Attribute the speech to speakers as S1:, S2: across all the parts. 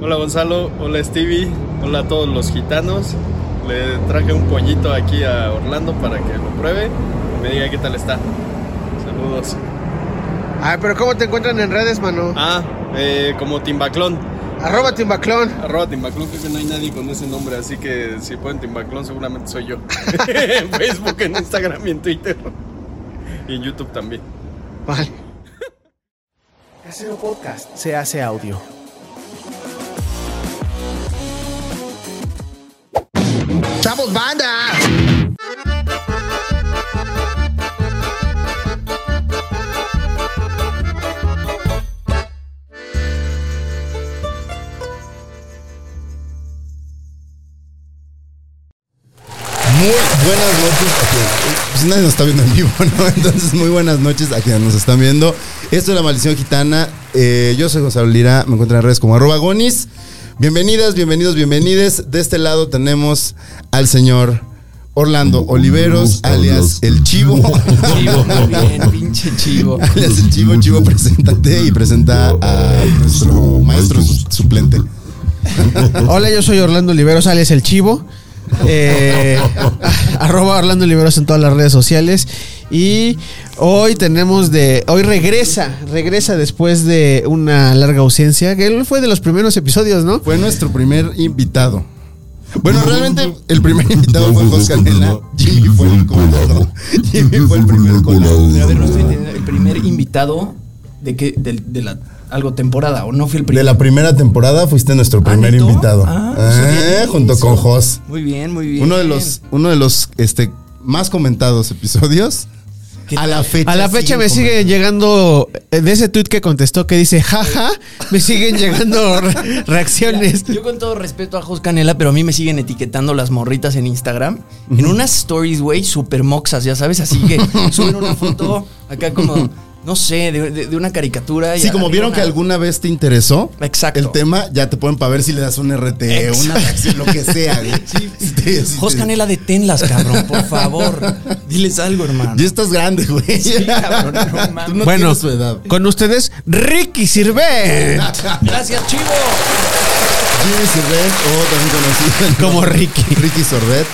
S1: Hola Gonzalo, hola Stevie, hola a todos los gitanos. Le traje un pollito aquí a Orlando para que lo pruebe y me diga qué tal está. Saludos.
S2: Ay, pero ¿cómo te encuentran en redes, mano?
S1: Ah, eh, como Timbaclón.
S2: Arroba Timbaclón.
S1: Arroba Timbaclón, creo que no hay nadie con ese nombre, así que si ponen Timbaclón seguramente soy yo. en Facebook, en Instagram y en Twitter. Y en YouTube también.
S2: Vale.
S3: Casero Podcast se hace audio.
S2: ¡Chavos, banda!
S4: Muy buenas noches a quien- pues nadie nos está viendo en vivo, ¿no? Entonces, muy buenas noches a quienes nos están viendo. Esto es La Maldición Gitana. Eh, yo soy Gonzalo Lira, me encuentran en redes como arroba gonis. Bienvenidas, bienvenidos, bienvenides. De este lado tenemos al señor Orlando Oliveros, alias El Chivo.
S5: Chivo, muy bien, pinche chivo.
S4: alias El Chivo, Chivo, preséntate y presenta a nuestro maestro su- suplente.
S3: Hola, yo soy Orlando Oliveros, alias El Chivo. Eh, arroba Orlando Oliveros en todas las redes sociales. Y hoy tenemos de. Hoy regresa, regresa después de una larga ausencia. Que él fue de los primeros episodios, ¿no?
S4: Fue nuestro primer invitado. Bueno, realmente el primer invitado fue José Canela. Jimmy fue el colado. Jimmy fue el primer colado.
S5: Pero a ver, no estoy entendiendo, el primer invitado de que de, de la algo temporada o no fui el
S4: De
S5: primer.
S4: la primera temporada fuiste nuestro primer
S5: ¿neta?
S4: invitado.
S5: Ah,
S4: Ah,
S5: sí.
S4: junto con Jos.
S5: Muy bien, muy bien.
S4: Uno de los, uno de los este, más comentados episodios.
S5: ¿Qué
S4: A la fecha.
S3: A la fecha
S4: siguen
S3: me sigue
S4: comentando.
S3: llegando. eh, De ese tweet que contestó que dice jaja, me siguen llegando re- reacciones.
S5: Yo con todo respeto a Jos Canela, pero a mí me siguen etiquetando las morritas en Instagram. En unas stories, güey, super moxas, ya sabes. Así que suben una foto acá como, no sé, de, de- de una caricatura. y
S4: Sí, como
S5: arriba
S4: vieron
S5: una-
S4: que alguna vez te interesó
S5: Exacto.
S4: el tema, ya te ponen para ver si le das un RT, una
S5: Exacto.
S4: reacción, lo que sea. güey. Si te- si
S5: Jos
S4: te-
S5: Canela, deténlas, cabrón, por favor. Diles algo, hermano.
S4: Ya estás grande, güey.
S5: Sí, cabrón, no mames.
S4: Tú no
S3: Bueno,
S4: tienes su edad.
S3: con ustedes, Ricky Sirve.
S4: Ah,
S5: Gracias, chivo.
S4: Jimmy Sorbet, o también conocido ¿no?
S3: Como Ricky.
S4: Ricky Sorbet.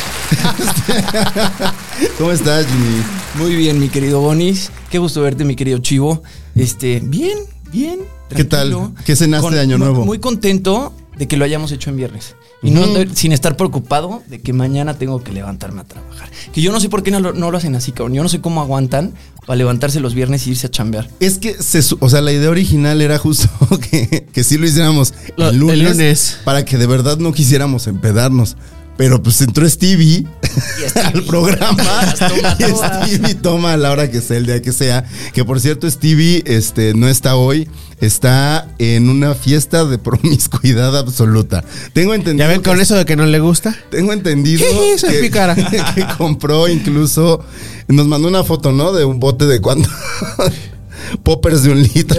S4: ¿Cómo estás, Jimmy?
S5: Muy bien, mi querido Bonis. Qué gusto verte, mi querido Chivo. Este, bien, bien.
S4: ¿Qué tal?
S5: tranquilo.
S4: ¿Qué cenaste de Año
S5: mu-
S4: Nuevo?
S5: Muy contento de que lo hayamos hecho en viernes. Y no andar- sin estar preocupado de que mañana tengo que levantarme a trabajar. Que yo no sé por qué no lo, no lo hacen así, cabrón. Yo no sé cómo aguantan para levantarse los viernes y irse a chambear.
S4: Es que, se su- o sea, la idea original era justo que, que sí lo hiciéramos
S3: Lo-
S4: el, lunes,
S3: el lunes.
S4: para que de verdad no quisiéramos empedarnos. Pero pues entró Stevie, al programa
S5: toma
S4: y
S5: todas.
S4: Stevie toma a la hora que sea, el día que sea. Que por cierto, Stevie este, no está hoy, está en una fiesta de promiscuidad absoluta. Tengo entendido
S3: Ya ven
S4: que
S3: con eso de que no le gusta.
S4: Tengo entendido
S3: ¿Qué hizo el pícara?
S4: que compró incluso, nos mandó una foto, ¿no? De un bote de cuánto. Poppers de un litro.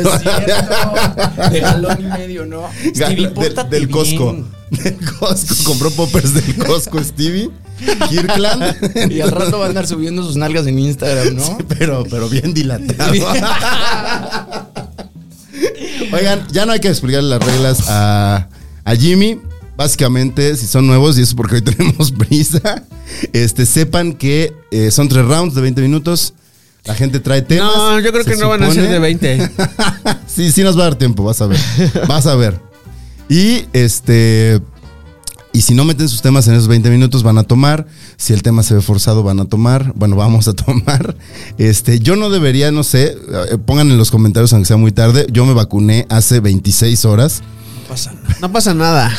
S5: De galón y medio, ¿no?
S4: Ga-
S5: Stevie,
S4: del-
S5: pórtate
S4: del Costco.
S5: bien.
S4: Del Costco. Compró poppers del Costco, Stevie. Kirkland.
S5: Y al rato va a andar subiendo sus nalgas en Instagram, ¿no?
S4: Sí, pero, pero bien dilatado. Oigan, ya no hay que explicar las reglas a, a Jimmy. Básicamente, si son nuevos, y eso porque hoy tenemos prisa, este, sepan que eh, son tres rounds de 20 minutos. La gente trae temas.
S3: No, yo creo
S4: se
S3: que no van a ser de 20.
S4: sí, sí nos va a dar tiempo, vas a ver. Vas a ver. Y este. Y si no meten sus temas en esos 20 minutos, van a tomar. Si el tema se ve forzado, van a tomar. Bueno, vamos a tomar. Este, yo no debería, no sé, eh, pongan en los comentarios, aunque sea muy tarde. Yo me vacuné hace 26 horas.
S5: pasa nada.
S3: No pasa nada.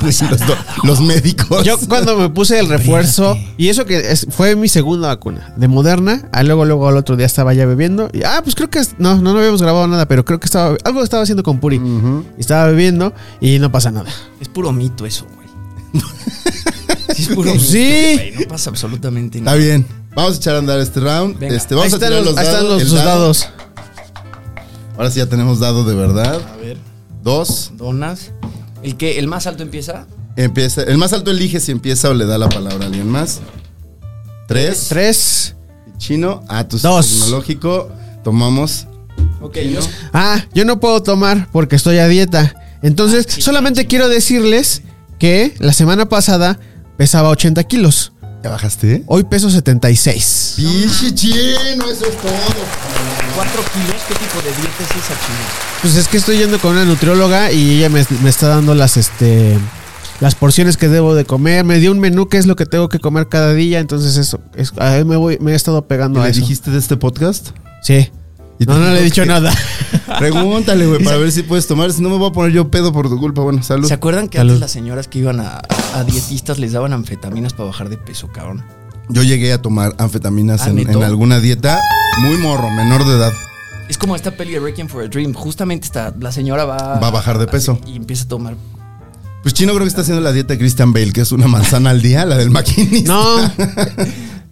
S4: Pues, los, do- los médicos.
S3: Yo cuando me puse el refuerzo, y eso que es- fue mi segunda vacuna, de Moderna, a luego, luego al otro día estaba ya bebiendo, y ah, pues creo que, es- no, no, no habíamos grabado nada, pero creo que estaba, algo estaba haciendo con Puri, Y estaba bebiendo y no pasa nada.
S5: Es puro mito eso, güey. Sí, es puro
S3: Sí.
S5: mito, güey. No pasa absolutamente
S4: Está
S5: nada.
S4: bien. Vamos a echar a andar este round.
S5: Venga.
S4: Este, vamos
S3: ahí
S4: a tirar
S3: están los,
S4: los,
S3: ahí
S4: dados,
S3: están los-
S4: el
S3: sus
S4: dado.
S3: dados.
S4: Ahora sí ya tenemos dado de verdad.
S5: A ver,
S4: Dos.
S5: donas. El que el más alto empieza.
S4: Empieza. El más alto elige si empieza o le da la palabra a alguien más. Tres.
S3: Tres.
S4: Chino. A tu
S3: Dos.
S4: tecnológico. Tomamos.
S5: Ok, yo.
S3: Ah, yo no puedo tomar porque estoy a dieta. Entonces, solamente quiero decirles que la semana pasada pesaba 80 kilos.
S4: ¿Ya bajaste?
S3: Hoy peso 76.
S4: Pinche chino, eso es todo.
S5: ¿Cuatro kilos? ¿Qué tipo de dieta es esa, chino?
S3: Pues es que estoy yendo con una nutrióloga y ella me, me está dando las este las porciones que debo de comer. Me dio un menú que es lo que tengo que comer cada día. Entonces eso, es, a él me voy, me he estado pegando a
S4: ¿Le
S3: eso.
S4: dijiste de este podcast?
S3: Sí.
S4: ¿Y
S3: No,
S4: te
S3: no le he
S4: dijo
S3: dicho
S4: que-
S3: nada.
S4: Pregúntale, güey, para ver si puedes tomar. Si no me voy a poner yo pedo por tu culpa. Bueno, salud.
S5: ¿Se acuerdan que
S3: Salud.
S5: antes las señoras que iban a, a dietistas les daban anfetaminas para bajar de peso, cabrón?
S4: Yo llegué a tomar anfetaminas
S5: Ah,
S4: en,
S5: ¿neta?
S4: en alguna dieta muy morro, menor de edad.
S5: Es como esta peli de Requiem for a Dream. Justamente está, la señora va...
S4: Va a bajar de peso.
S5: Y empieza a tomar...
S4: Pues Chino creo que está haciendo la dieta de Christian Bale, que es una manzana al día, la del maquinista.
S3: No.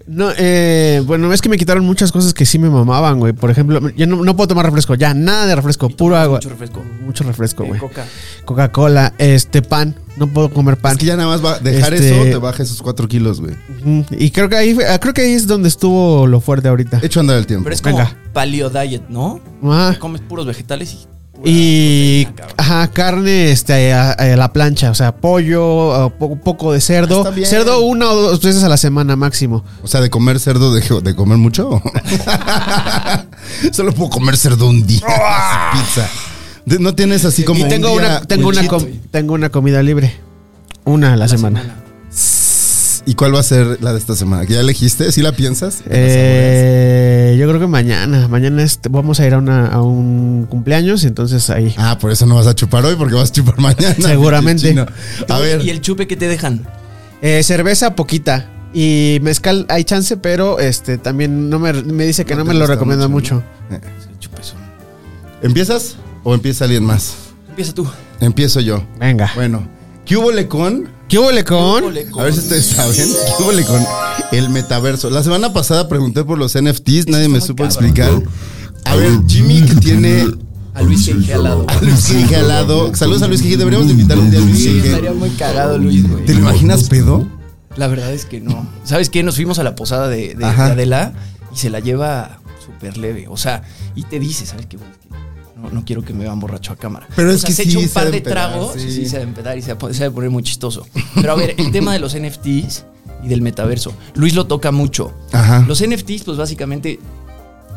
S3: No, eh, bueno, es que me quitaron muchas cosas que sí me mamaban, güey. Por ejemplo, yo no, no puedo tomar refresco, ya, nada de refresco, puro agua.
S5: Mucho refresco.
S3: Mucho refresco,
S5: Eh,
S3: güey.
S5: coca.
S3: Coca-Cola, este pan, no puedo comer pan.
S4: Es que ya nada más va dejar
S3: Este-
S4: eso, te baja esos cuatro kilos, güey.
S3: Ujú, Mm, Y creo que ahí fue- ah, creo que ahí es donde estuvo lo fuerte ahorita.
S4: Hecho andar el tiempo.
S5: Pero es como
S3: Venga.
S5: paleo diet, ¿no?
S3: Ah.
S5: Comes puros vegetales y... pura
S3: Y
S5: proteína, cabrón.
S3: ajá, carne este, a, a la plancha, o sea, pollo, a po- poco de
S4: Ah,
S3: cerdo.
S4: está bien.
S3: cerdo una o dos veces a la semana máximo.
S4: O sea, de comer cerdo, de, de comer mucho. Solo puedo comer cerdo un día. pizza. De- No tienes así como
S3: y tengo,
S4: un día
S3: una, tengo,
S4: un
S3: una
S4: cheat.
S3: com- tengo una comida libre. Una a la, semana.
S4: ¿Y cuál va a ser la de esta semana? ¿Que ya elegiste? ¿Sí la piensas?
S3: Eh, yo creo que mañana. Mañana este, vamos a ir a, una- a un cumpleaños, entonces ahí.
S4: Ah, por eso no vas a chupar hoy porque vas a chupar mañana.
S3: Seguramente.
S4: Chino. A
S5: ¿Y
S4: ver,
S5: el chupe que te dejan?
S3: Eh, cerveza poquita. Y mezcal hay chance, pero este también no me, me dice que no,
S4: No
S3: me
S4: te
S3: lo
S4: gusta
S3: recomienda
S4: mucho,
S3: mucho.
S5: El chupe es un-
S4: ¿empiezas o empieza alguien más?
S5: Empieza tú.
S4: Empiezo yo.
S3: Venga.
S4: Bueno, ¿qué hubo con?
S3: ¿Qué hubo con?
S4: A ver si ustedes saben. ¿Qué hubo con el metaverso? La semana pasada pregunté por los NFTs, nadie me
S5: está muy
S4: supo
S5: cabrón.
S4: explicar. A ver, Jimmy que tiene
S5: A Luis G. al lado.
S4: a Luis G al lado. Saludos a Luis G. Deberíamos de invitar un día a Luis
S5: Sí,
S4: G.
S5: estaría muy cagado, Luis, güey.
S4: ¿Te lo imaginas pedo?
S5: La verdad es que no. ¿Sabes qué? Nos fuimos a la posada de, de- de
S4: Ajá.
S5: Adela y se la lleva súper leve. O sea, y te dice, ¿sabes qué? güey? Es que No, no quiero que me vean borracho a cámara.
S4: Pero
S5: o
S4: es
S5: sea,
S4: que
S5: se
S4: sí
S5: echa un
S4: se
S5: par
S4: ha de
S5: de
S4: empedar,
S5: tragos
S4: sí.
S5: y sí se va a empedar y se va a poner- se va a poner muy chistoso. Pero a ver, el tema de los NFTs y del metaverso. Luis lo toca mucho.
S4: Ajá.
S5: Los NFTs, pues básicamente.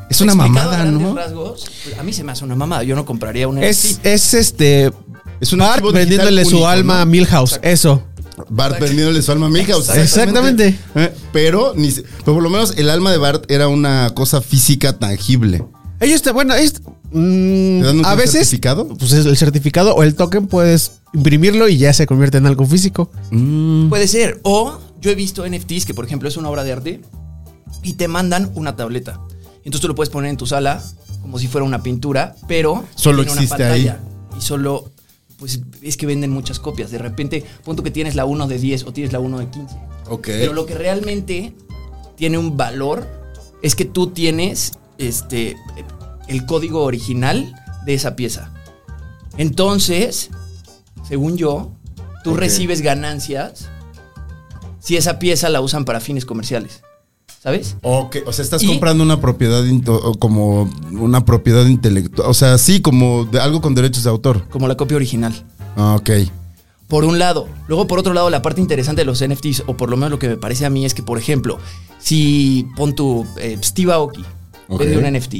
S4: Es una
S5: explicado a
S4: mamada,
S5: grandes
S4: ¿no?
S5: rasgos, pues, a mí se me hace una mamada. Yo no compraría un
S3: Es,
S5: NFT.
S3: es este.
S4: Es
S3: Es
S4: Eh, un
S3: un Bart
S4: archivo digital
S3: vendiéndole su
S4: único,
S3: alma
S4: ¿no?
S3: a Milhouse. Eso.
S4: Bart vendiéndole su alma a Milhouse.
S3: Exactamente.
S4: Eh, Pero, ni se- pero por lo menos el alma de Bart era una cosa física tangible.
S3: Ellos te, bueno, es, mm,
S4: ¿Te dan un
S3: a veces.
S4: certificado?
S3: Pues es el certificado o el token puedes imprimirlo y ya se convierte en algo físico. Pues,
S5: Puede ser. O yo he visto NFTs que, por ejemplo, es una obra de arte y te mandan una tableta. Entonces tú lo puedes poner en tu sala como si fuera una pintura, pero
S4: Solo
S5: tiene una
S4: existe
S5: pantalla.
S4: ahí.
S5: Y solo, pues es que venden muchas copias. De repente, punto que tienes la 1 de 10 o tienes la 1 de 15.
S4: Ok.
S5: Pero lo que realmente tiene un valor es que tú tienes este el código original de esa pieza. Entonces, según yo, tú
S4: Ok.
S5: recibes ganancias si esa pieza la usan para fines comerciales. ¿Sabes?
S4: Ok, o sea, estás
S5: Y-
S4: comprando una propiedad into- o como una propiedad intelectual. O sea, sí, como de algo con derechos de autor.
S5: Como la copia original.
S4: Ah, ok.
S5: Por un lado. Luego, por otro lado, la parte interesante de los NFTs, o por lo menos lo que me parece a mí, es que, por ejemplo, si pon tu eh, Steve Aoki,
S4: Ok.
S5: vende un NFT,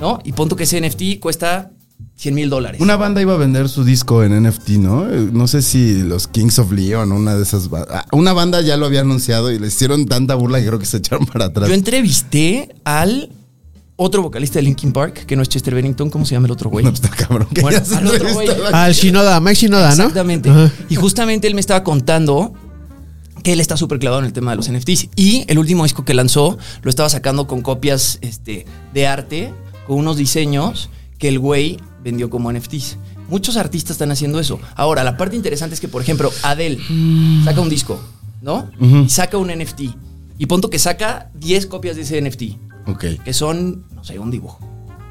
S5: ¿no? Y pon tu que ese NFT cuesta 100 mil dólares.
S4: Una banda iba a vender su disco en NFT, ¿no? Eh, No sé si los Kings of Leon, una de esas. ba- ah, Una banda ya lo había anunciado y le hicieron tanta burla que creo que se echaron para atrás.
S5: Yo entrevisté al otro vocalista de Linkin Park, que no es Chester Bennington, ¿cómo se llama el otro güey?
S4: No, pues, está cabrón. que
S5: Bueno,
S4: ya se
S5: al otro güey.
S4: entrevistaba.
S3: Al Shinoda, Mike Shinoda, ¿no?
S5: Exactamente.
S3: Ajá.
S5: Y justamente él me estaba contando que él está súper clavado en el tema de los NFTs. Y el último disco que lanzó lo estaba sacando con copias este, de arte, con unos diseños que el güey vendió como NFTs. Muchos artistas están haciendo eso. Ahora, la parte interesante es que, por ejemplo, Adele saca un disco, ¿no? Y saca un NFT. Y punto que saca 10 copias de ese NFT
S4: Ok.
S5: que son, no sé, un dibujo.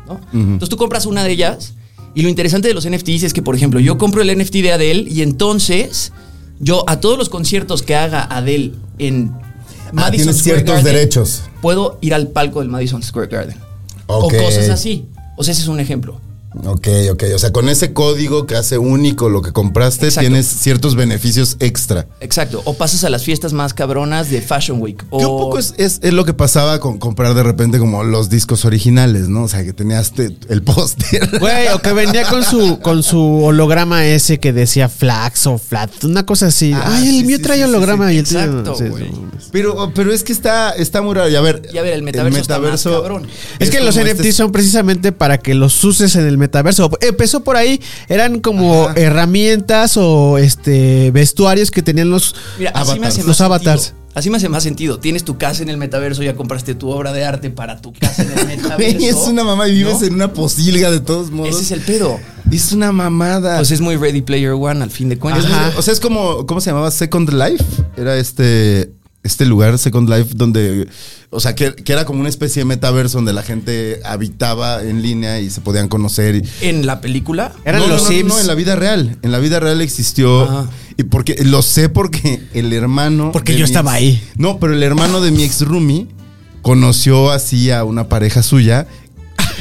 S5: ¿no? Entonces tú compras una de ellas y lo interesante de los NFTs es que, por ejemplo, yo compro el NFT de Adele y entonces yo a todos los conciertos que haga Adele en Madison
S4: tienes
S5: Square
S4: Ah, ciertos
S5: Garden,
S4: derechos.
S5: puedo ir al palco del Madison Square Garden.
S4: Ok.
S5: O cosas así. O sea, ese es un ejemplo.
S4: Ok, ok. O sea, con ese código que hace único lo que compraste,
S5: Exacto.
S4: tienes ciertos beneficios extra.
S5: Exacto. O pasas a las fiestas más cabronas de Fashion Week. O
S4: Que un poco es, es- es lo que pasaba con comprar de repente como los discos originales, ¿no? O sea, que tenías te- el póster.
S3: Güey, o que venía con su, con su holograma ese que decía Flax o Flat, una cosa así.
S4: Ah,
S3: Ay, el
S4: sí,
S3: mío
S4: sí,
S3: trae
S4: sí, sí,
S3: holograma
S4: sí.
S3: y el tuyo no.
S5: Exacto,
S3: Sí,
S5: güey.
S3: no.
S4: Pero, pero es que está, está muy raro. Y a ver,
S5: Y a ver, el metaverso está más cabrón.
S3: Es, que los
S4: como
S3: NFTs
S4: este-
S3: son precisamente para que los uses en el metaverso. Empezó por ahí, eran como herramientas o este vestuarios que tenían los
S5: Mira, así me hace más
S3: los
S5: sentido.
S3: avatars.
S5: Así me hace más sentido. Tienes tu casa en el metaverso, ya compraste tu obra de arte para tu casa en el metaverso.
S4: Güey, es una mamá y vives
S5: ¿no?
S4: en una posilga de todos modos.
S5: Ese es el pedo.
S4: Es una mamada.
S5: Pues es muy Ready Player One al fin de cuentas.
S4: Es muy- o sea, es como, ¿cómo se llamaba? Second Life. Era este, este lugar, Second Life, donde, o sea, que, que era como una especie de metaverso donde la gente habitaba en línea y se podían conocer. y-
S5: En la película.
S3: Eran
S4: no, no,
S3: los
S4: no,
S3: Sims.
S4: No, en la vida real. En la vida real existió.
S5: Ah.
S4: Y porque lo sé porque el hermano.
S3: Porque
S4: de
S3: yo
S4: mi
S3: estaba
S4: ex-
S3: ahí.
S4: No, pero el hermano de mi ex roomie conoció así a una pareja suya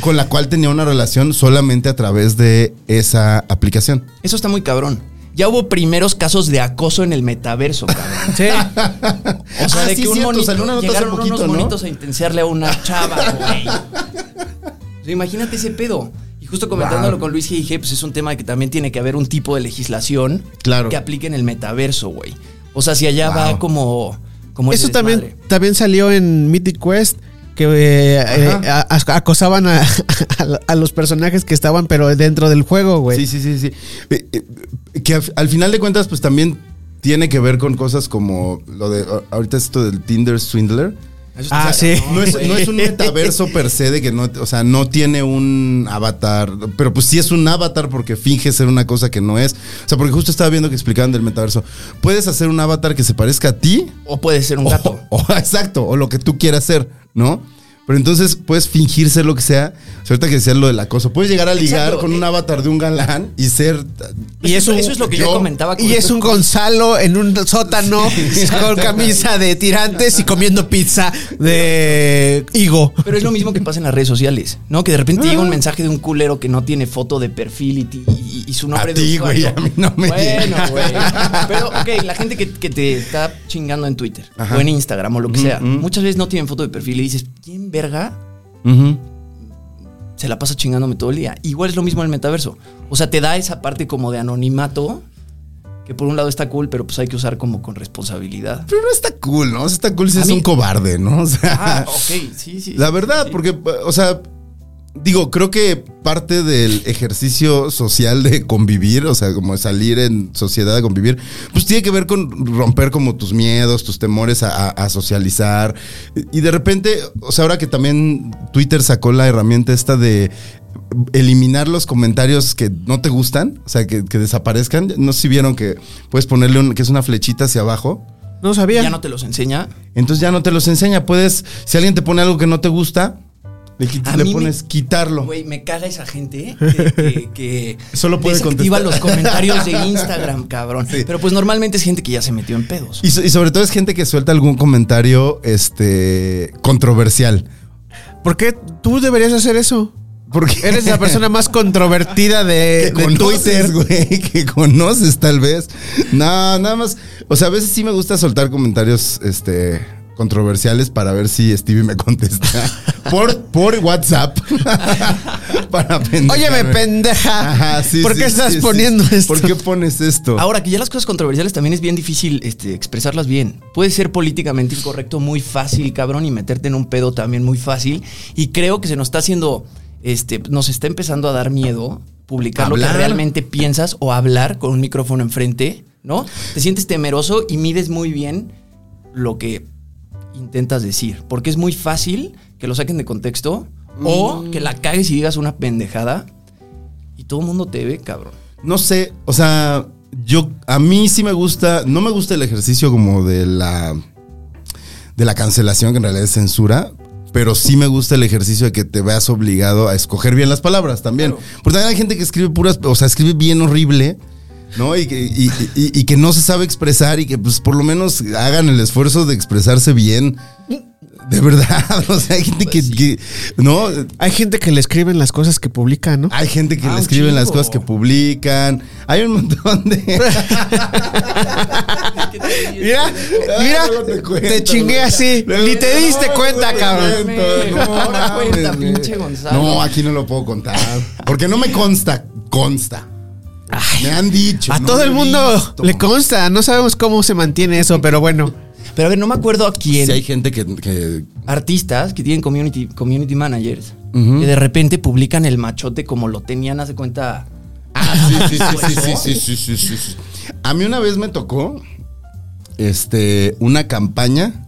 S4: con la cual tenía una relación solamente a través de esa aplicación.
S5: Eso está muy cabrón. Ya hubo primeros casos de acoso en el metaverso, cabrón.
S3: Sí.
S5: O sea,
S4: Ah,
S5: de
S4: sí,
S5: que un
S4: cierto,
S5: monito,
S4: salió una nota hace
S5: llegaron
S4: poquito,
S5: unos
S4: ¿no?
S5: monitos a intensearle a una chava, güey. O sea, imagínate ese pedo. Y justo comentándolo con Luis G.I.G., pues es un tema que también tiene que haber un tipo de legislación
S4: Claro.
S5: que aplique en el metaverso, güey. O sea, si allá va
S4: Wow.
S5: como, como ese
S3: Eso también,
S5: desmadre.
S3: también salió en Mythic Quest. Que eh,
S4: Ajá.
S3: eh, a- a- acosaban a, a- a los personajes que estaban, pero dentro del juego, güey.
S4: Sí, sí, sí, sí. Eh, eh, que al, al final de cuentas, pues también tiene que ver con cosas como lo de a- ahorita esto del Tinder Swindler.
S5: Eso está
S3: Ah, sí.
S5: cabrón,
S4: No es,
S5: güey.
S4: no es un metaverso per se de que no, o sea, no tiene un avatar, pero pues sí es un avatar porque finge ser una cosa que no es. O sea, porque justo estaba viendo que explicaban del metaverso. Puedes hacer un avatar que se parezca a ti,
S5: O puede ser un gato.
S4: o, o- exacto, o lo que tú quieras ser, ¿no? Pero entonces puedes fingir ser lo que sea. O sea, Ahorita que decías lo del acoso. Puedes llegar a ligar
S5: Exacto,
S4: con un
S5: eh.
S4: avatar de un galán y ser.
S3: Y es un-
S5: eso es lo que yo,
S4: yo-
S5: comentaba con
S3: Y es un Gonzalo en un sótano con camisa de tirantes y comiendo pizza de higo.
S5: Pero es lo mismo que pasa en las redes sociales, ¿no? Que de repente
S4: Ah.
S5: llega un mensaje de un culero que no tiene foto de perfil y, ti- y- y su nombre
S4: A
S5: de
S4: ti, güey,
S5: usuario.
S4: a mí no me
S5: Bueno,
S4: llega.
S5: güey. Pero, ok, la gente que, que te está chingando en Twitter o en Instagram o lo que
S4: Mm,
S5: sea, muchas veces no tienen foto de perfil y dices, ¿quién verga se la pasa chingándome todo el día? Igual es lo mismo en el metaverso. O sea, te da esa parte como de anonimato, que por un lado está cool, pero pues hay que usar como con responsabilidad.
S4: Pero no está cool, ¿no? O sea, está cool si
S5: A
S4: es
S5: mí-
S4: un cobarde, ¿no? O sea.
S5: Ah, ok, sí, sí.
S4: La verdad, porque, o sea, digo, creo que parte del ejercicio social de convivir, o sea, como salir en sociedad a convivir, pues tiene que ver con romper como tus miedos, tus temores a, a- a socializar. Y de repente, o sea, ahora que también Twitter sacó la herramienta esta de eliminar los comentarios que no te gustan, o sea, que, que desaparezcan. No sé si vieron que puedes ponerle un- que es una flechita hacia abajo.
S3: No sabía.
S5: Ya no te los enseña.
S4: Entonces ya no te los enseña. Puedes, si alguien te pone algo que no te gusta, le, quit-
S5: A
S4: le
S5: mí me-
S4: pones quitarlo.
S5: Güey, me caga esa gente ¿eh? que, que- que
S4: Solo puede
S5: desactiva
S4: contestar.
S5: los comentarios de Instagram, cabrón.
S4: Sí.
S5: Pero pues normalmente es gente que ya se metió en pedos.
S4: Y, so- y sobre todo es gente que suelta algún comentario este controversial.
S3: ¿Por qué tú deberías hacer eso?
S4: Porque
S3: Eres la persona más controvertida de,
S4: que
S3: de Twitter.
S4: conoces, güey, que conoces tal vez. No, nada más. O sea, a veces sí me gusta soltar comentarios este controversiales para ver si Stevie me contesta por, por WhatsApp. para pendeja.
S3: Óyeme, pendeja. ¿Por qué estás poniendo esto?
S4: ¿Por qué pones esto?
S5: Ahora que ya las cosas controversiales también es bien difícil este, expresarlas bien. Puede ser políticamente incorrecto muy fácil, cabrón, y meterte en un pedo también muy fácil. Y creo que se nos está haciendo, este, nos está empezando a dar miedo publicar lo
S4: Hablar.
S5: que realmente piensas o hablar con un micrófono enfrente, ¿no? Te sientes temeroso y mides muy bien lo que intentas decir. Porque es muy fácil que lo saquen de contexto o que la cagues y digas una pendejada y todo el mundo te ve, cabrón.
S4: No sé, o sea, yo a mí sí me gusta, no me gusta el ejercicio como de la de la cancelación que en realidad es censura, pero sí me gusta el ejercicio de que te veas obligado a escoger bien las palabras también. Porque también hay gente que escribe puras, o sea, escribe bien horrible. ¿No? Y que, y- y- y que no se sabe expresar y que pues por lo menos hagan el esfuerzo de expresarse bien. De verdad. O sea, hay
S5: Pues
S4: gente que, que- ¿no?
S3: Hay gente que le escriben las cosas que publica, ¿no?
S4: Hay gente que
S5: Ah,
S4: le
S5: un
S4: escriben las
S5: chingo.
S4: cosas que publican. Hay un montón de.
S3: Mira, mira,
S4: luego te cuento,
S3: te chingué
S4: güey.
S3: así.
S4: Luego-
S3: Ni te diste
S4: No,
S3: cuenta,
S4: no,
S3: cabrón.
S4: no, no,
S5: Ahora
S4: no,
S5: cuenta,
S4: mames,
S5: pinche
S4: güey.
S5: Gonzalo.
S4: No, aquí no lo puedo contar. Porque no me consta, consta. me han dicho.
S3: A
S4: no
S3: todo
S4: lo
S3: el
S4: he
S3: mundo
S4: visto.
S3: le consta. No sabemos cómo se mantiene eso, pero bueno.
S5: Pero a ver, no me acuerdo a quién.
S4: Sí, hay gente que. que-
S5: artistas que tienen community, community managers que de repente publican el machote como lo tenían hace cuenta.
S4: Ah, sí, sí, sí, sí, sí, sí, sí, sí, sí. A mí una vez me tocó este, una campaña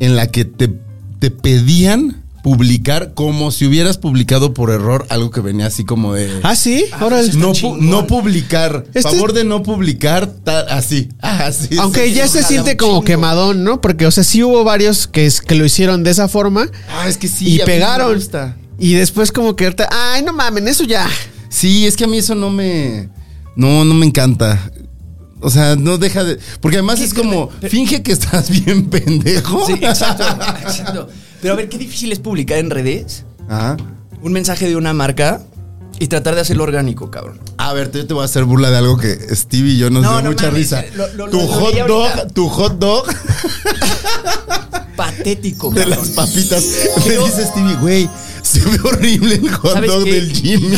S4: en la que te, te pedían publicar como si hubieras publicado por error algo que venía así como de.
S3: Ah, sí. Ahora
S4: no, pu- no publicar.
S3: Este-
S4: Favor de no publicar ta- así. Ah, así
S3: Aunque
S4: sí.
S3: ya se
S5: Ojalá
S3: siente
S5: un
S3: como
S5: chingo.
S3: quemadón, ¿no? Porque, o sea, sí hubo varios que, es- que lo hicieron de esa forma
S4: Ah, es que sí.
S3: y
S4: a mí no me
S3: pegaron.
S4: gusta.
S3: Y después como que ahorita, ay, no mamen, eso ya.
S4: Sí, es que a mí eso no me. No, no me encanta. O sea, no deja de. Porque además es como. Finge que estás bien pendejo.
S5: Sí, exacto, exacto. Pero a ver, qué difícil es publicar en redes
S4: Ajá.
S5: un mensaje de una marca y tratar de hacerlo orgánico, cabrón.
S4: A ver, yo te voy a hacer burla de algo que Steve y yo nos
S5: No,
S4: dio
S5: no
S4: mucha
S5: mames,
S4: risa.
S5: lo- lo-
S4: tu
S5: lo- lo
S4: hot
S5: leí
S4: dog,
S5: ahorita.
S4: tu hot dog
S5: Patético,
S4: de
S5: cabrón.
S4: las papitas. Me dice Stevie, güey, se ve horrible el hot
S5: ¿Sabes
S4: dog
S5: qué?
S4: del Jimmy.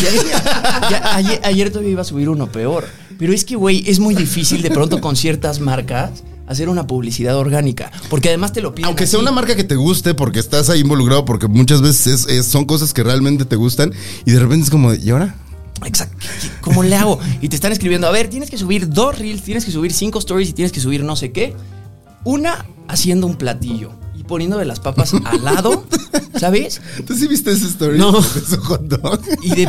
S5: Ya, ayer, ayer todavía iba a subir uno peor. Pero es que, güey, es muy difícil de pronto con ciertas marcas hacer una publicidad orgánica. Porque además te lo piden.
S4: Aunque sea
S5: así.
S4: una marca que te guste porque estás ahí involucrado, porque muchas veces es- es- son cosas que realmente te gustan y de repente es como, de, ¿y ahora?
S5: Exacto. ¿Cómo le hago? Y te están escribiendo, a ver, tienes que subir dos reels, tienes que subir cinco stories y tienes que subir no sé qué. Una haciendo un platillo y poniendo de las papas al lado, ¿sabes?
S4: ¿Tú sí viste esa historia?
S3: No.
S4: de su hot dog?
S5: Y de...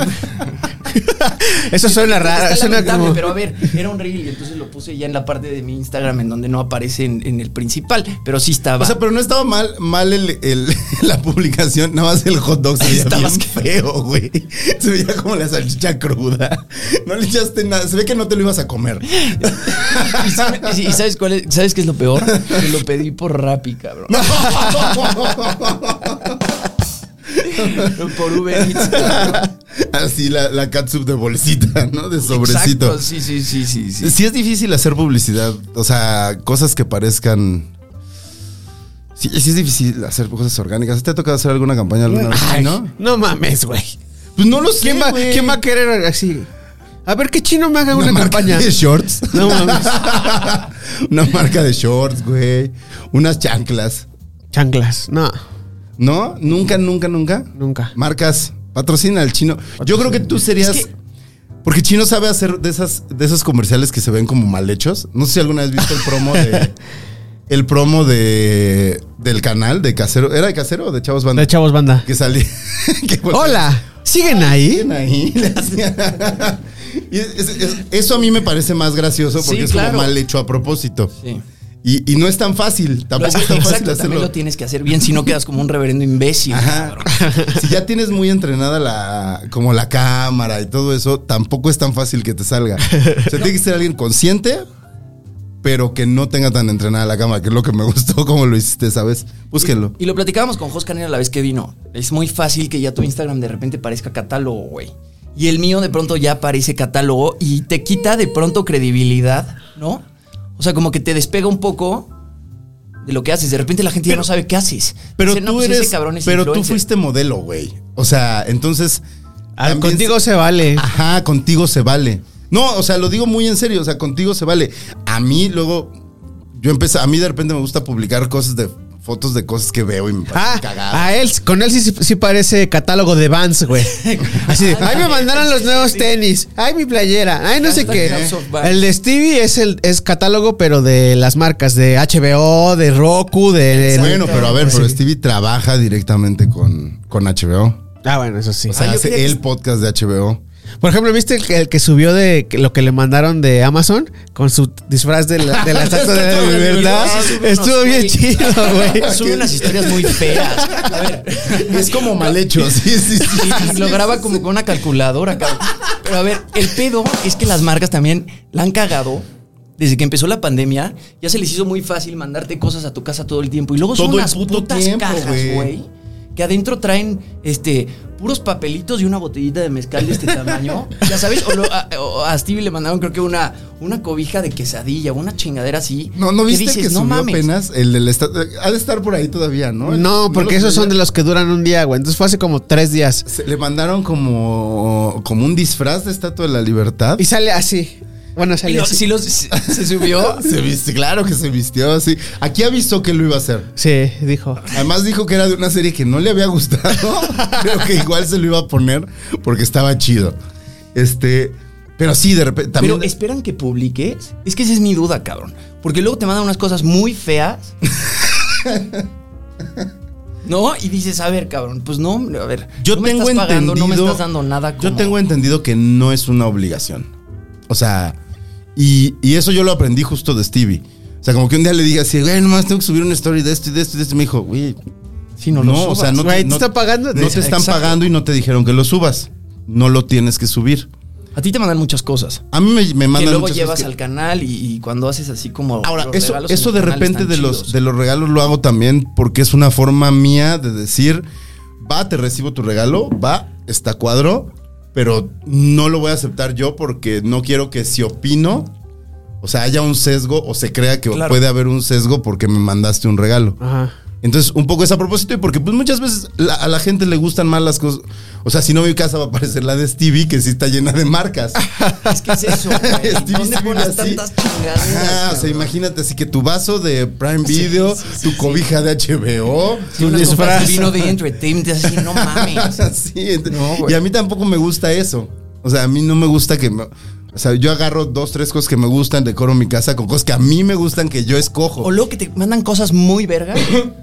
S3: Eso suena
S5: Está
S3: raro, suena
S5: lamentable,
S3: como...
S5: pero a ver, era un reel y entonces lo puse ya en la parte de mi Instagram en donde no aparece en, en el principal, pero sí estaba.
S4: O sea, pero no estaba mal, mal el, el- la publicación, nada más el hot dog se veía
S5: Estaba
S4: bien feo, güey. Se veía como la salchicha cruda. No le echaste nada, se ve que no te lo ibas a comer.
S5: ¿Y, sabe- y- y sabes cuál es- sabes qué es lo peor? Que lo pedí por Rappi, cabrón. Por Uber Eats, cabrón.
S4: Así la, la catsup de bolsita, ¿no? De sobrecito.
S5: Exacto, sí, sí, sí, sí, sí.
S4: Sí es difícil hacer publicidad, o sea, cosas que parezcan... Sí, sí es difícil hacer cosas orgánicas. ¿Te ha tocado hacer alguna campaña alguna vez?
S3: Ay,
S4: ¿no?
S3: No mames, güey.
S4: Pues no lo sé,
S3: ¿Quién, va,
S4: güey.
S3: ¿Quién va a querer así? A ver, ¿qué chino me haga
S4: Una,
S3: una,
S4: marca
S3: campaña?
S4: de shorts.
S3: No mames.
S4: Una marca de shorts, güey. Unas chanclas.
S3: Chanclas, no,
S4: ¿No? Nunca, nunca, nunca.
S3: nunca.
S4: Marcas, patrocina al chino. Yo creo que tú serías.
S5: Es que-
S4: Porque Chino sabe hacer de esas, de esos comerciales que se ven como mal hechos. No sé si alguna vez viste el promo de. El promo de. del canal de casero. ¿Era de casero o de Chavos Banda?
S3: De chavos banda.
S4: Que salía. que-
S3: Hola, ¿siguen ahí?
S4: Bien ahí, le hacía- Y es- es- es- eso a mí me parece más gracioso porque
S5: Sí,
S4: es
S5: claro.
S4: como mal hecho a propósito.
S5: Sí.
S4: Y, y no es tan fácil, tampoco
S5: Lo-
S4: es tan fácil
S5: exacto, también
S4: hacerlo.
S5: lo tienes que hacer bien, si no quedas como un reverendo imbécil.
S4: Ajá. Si ya tienes muy entrenada la como la cámara y todo eso, tampoco es tan fácil que te salga. O sea, tiene que ser alguien consciente, pero que no tenga tan entrenada la cámara, que es lo que me gustó como lo hiciste, ¿sabes? Búsquenlo.
S5: Y lo platicábamos con Jos Canela la vez que vino. Es muy fácil que ya tu Instagram de repente parezca catálogo, güey. Y el mío de pronto ya parece catálogo y te quita de pronto credibilidad, ¿no? O sea, como que te despega un poco de lo que haces. De repente la gente ya no sabe qué haces.
S4: Pero
S5: Dice, "No,
S4: tú
S5: pues ese
S4: eres
S5: cabrón es
S4: pero tú
S5: influencer".
S4: fuiste modelo, güey. O sea, entonces
S3: Ah,
S4: también
S3: contigo se vale.
S4: Ajá, contigo se vale. No, o sea, lo digo muy en serio, o sea, contigo se vale. A mí luego, yo empecé, a mí de repente me gusta publicar cosas de fotos de cosas que veo y me
S3: Ah,
S4: parece cagada.
S3: a él, con él sí, sí parece catálogo de Vans, güey. Así de, ay, me mandaron los nuevos tenis, ay, mi playera, ay, no sé qué.
S5: House of Vans.
S3: El de Stevie es el es catálogo, pero de las marcas, de HBO, de Roku, de... de-
S4: Bueno, pero a ver, pero
S3: Sí.
S4: Stevie trabaja directamente con, con HBO.
S3: Ah, bueno, eso sí.
S4: O sea,
S5: Ah, yo
S4: hace
S5: creía que-
S4: el podcast de HBO.
S3: Por ejemplo, ¿viste el que, el que subió de que- lo que le mandaron de Amazon? Con su disfraz de la, de la Estatua de la Libertad.
S4: Ah,
S3: Estuvo bien chido, güey.
S5: Sube unas historias muy feas. A ver,
S4: Es como mal hecho, sí, sí, sí.
S5: Y lo graba como con una calculadora, cabrón. Pero a ver, el pedo es que las marcas también la han cagado. Desde que empezó la pandemia, ya se les hizo muy fácil mandarte cosas a tu casa todo el tiempo. Y luego son
S4: Todo el
S5: unas
S4: puto
S5: putas
S4: tiempo,
S5: cajas,
S4: güey.
S5: güey. Que adentro traen este puros papelitos y una botellita de mezcal de este tamaño. Ya sabes, o, lo- a, o a Stevie le mandaron creo que una, una cobija de quesadilla, una chingadera así.
S4: No, ¿no
S5: que
S4: viste
S5: dices,
S4: que
S5: "No
S4: subió
S5: mames".
S4: apenas el del esta- Ha de estar por ahí todavía, ¿no?
S3: No, porque
S4: lo
S3: esos son de
S4: sabía.
S3: los que duran un día, güey. Entonces fue hace como tres días.
S4: Se- le mandaron como, como un disfraz de Estatua de la Libertad.
S3: Y sale así. Bueno,
S5: Y
S3: sale
S5: lo-
S3: así.
S5: sí los- se- se subió.
S4: Se viste, claro que se vistió así. Aquí avisó que lo iba a hacer.
S3: Sí, dijo.
S4: Además dijo que era de una serie que no le había gustado, pero que igual se lo iba a poner porque estaba chido. Este, pero sí, de repente también
S5: Pero esperan que publiques. Es que esa es mi duda, cabrón. Porque luego te mandan unas cosas muy feas. ¿No? Y dices, a ver, cabrón, pues no, a ver.
S4: yo
S5: no me
S4: tengo
S5: estás pagando,
S4: entendido
S5: no me estás dando nada.
S4: Yo
S5: como-
S4: tengo entendido que no es una obligación. O sea, y, y eso yo lo aprendí justo de Stevie. O sea, como que un día le dije así, güey, nomás tengo que subir una story de esto y de esto y de esto. Y me dijo, güey,
S5: Sí, no, lo
S4: No, o
S5: subas.
S4: sea, no
S3: Güey,
S4: te,
S3: te
S4: no-
S3: está pagando.
S4: No te están
S5: Exacto.
S4: pagando y no te dijeron que lo subas. No lo tienes que subir.
S5: A ti te mandan muchas cosas.
S4: A mí me, me
S5: Que
S4: mandan
S5: luego
S4: muchas
S5: llevas
S4: cosas que-
S5: al canal y, y cuando haces así como.
S4: Ahora,
S5: los
S4: eso,
S5: regalos en
S4: eso
S5: el
S4: de
S5: canal
S4: repente
S5: están
S4: de los,
S5: chidos.
S4: de los regalos lo hago también porque es una forma mía de decir, va, te recibo tu regalo, va, está cuadro, pero no lo voy a aceptar yo porque no quiero que si opino, o sea, haya un sesgo o se crea que
S5: Claro.
S4: puede haber un sesgo porque me mandaste un regalo.
S3: Ajá.
S4: Entonces, un poco es a propósito y porque pues muchas veces la- a la gente le gustan más las cosas. O sea, si no mi casa va a aparecer la de Stevie, que sí está llena de marcas.
S5: Es que es eso. güey.
S4: Stevie
S5: ¿Dónde
S4: Stevie
S5: pones
S4: así. Ah,
S5: tantas chingaderas?
S4: Ajá, o sea,
S5: cabrón?
S4: imagínate así que tu vaso de Prime Video, tu cobija de HBO,
S5: Sí, unas copas de vino de entertainment, así, no mames.
S4: Sí, ent-
S5: No, güey.
S4: y a mí tampoco me gusta eso. O sea, a mí no me gusta que me- o sea, yo agarro dos, tres cosas que me gustan, decoro mi casa con cosas que a mí me gustan que yo escojo.
S5: O luego que te mandan cosas muy verga.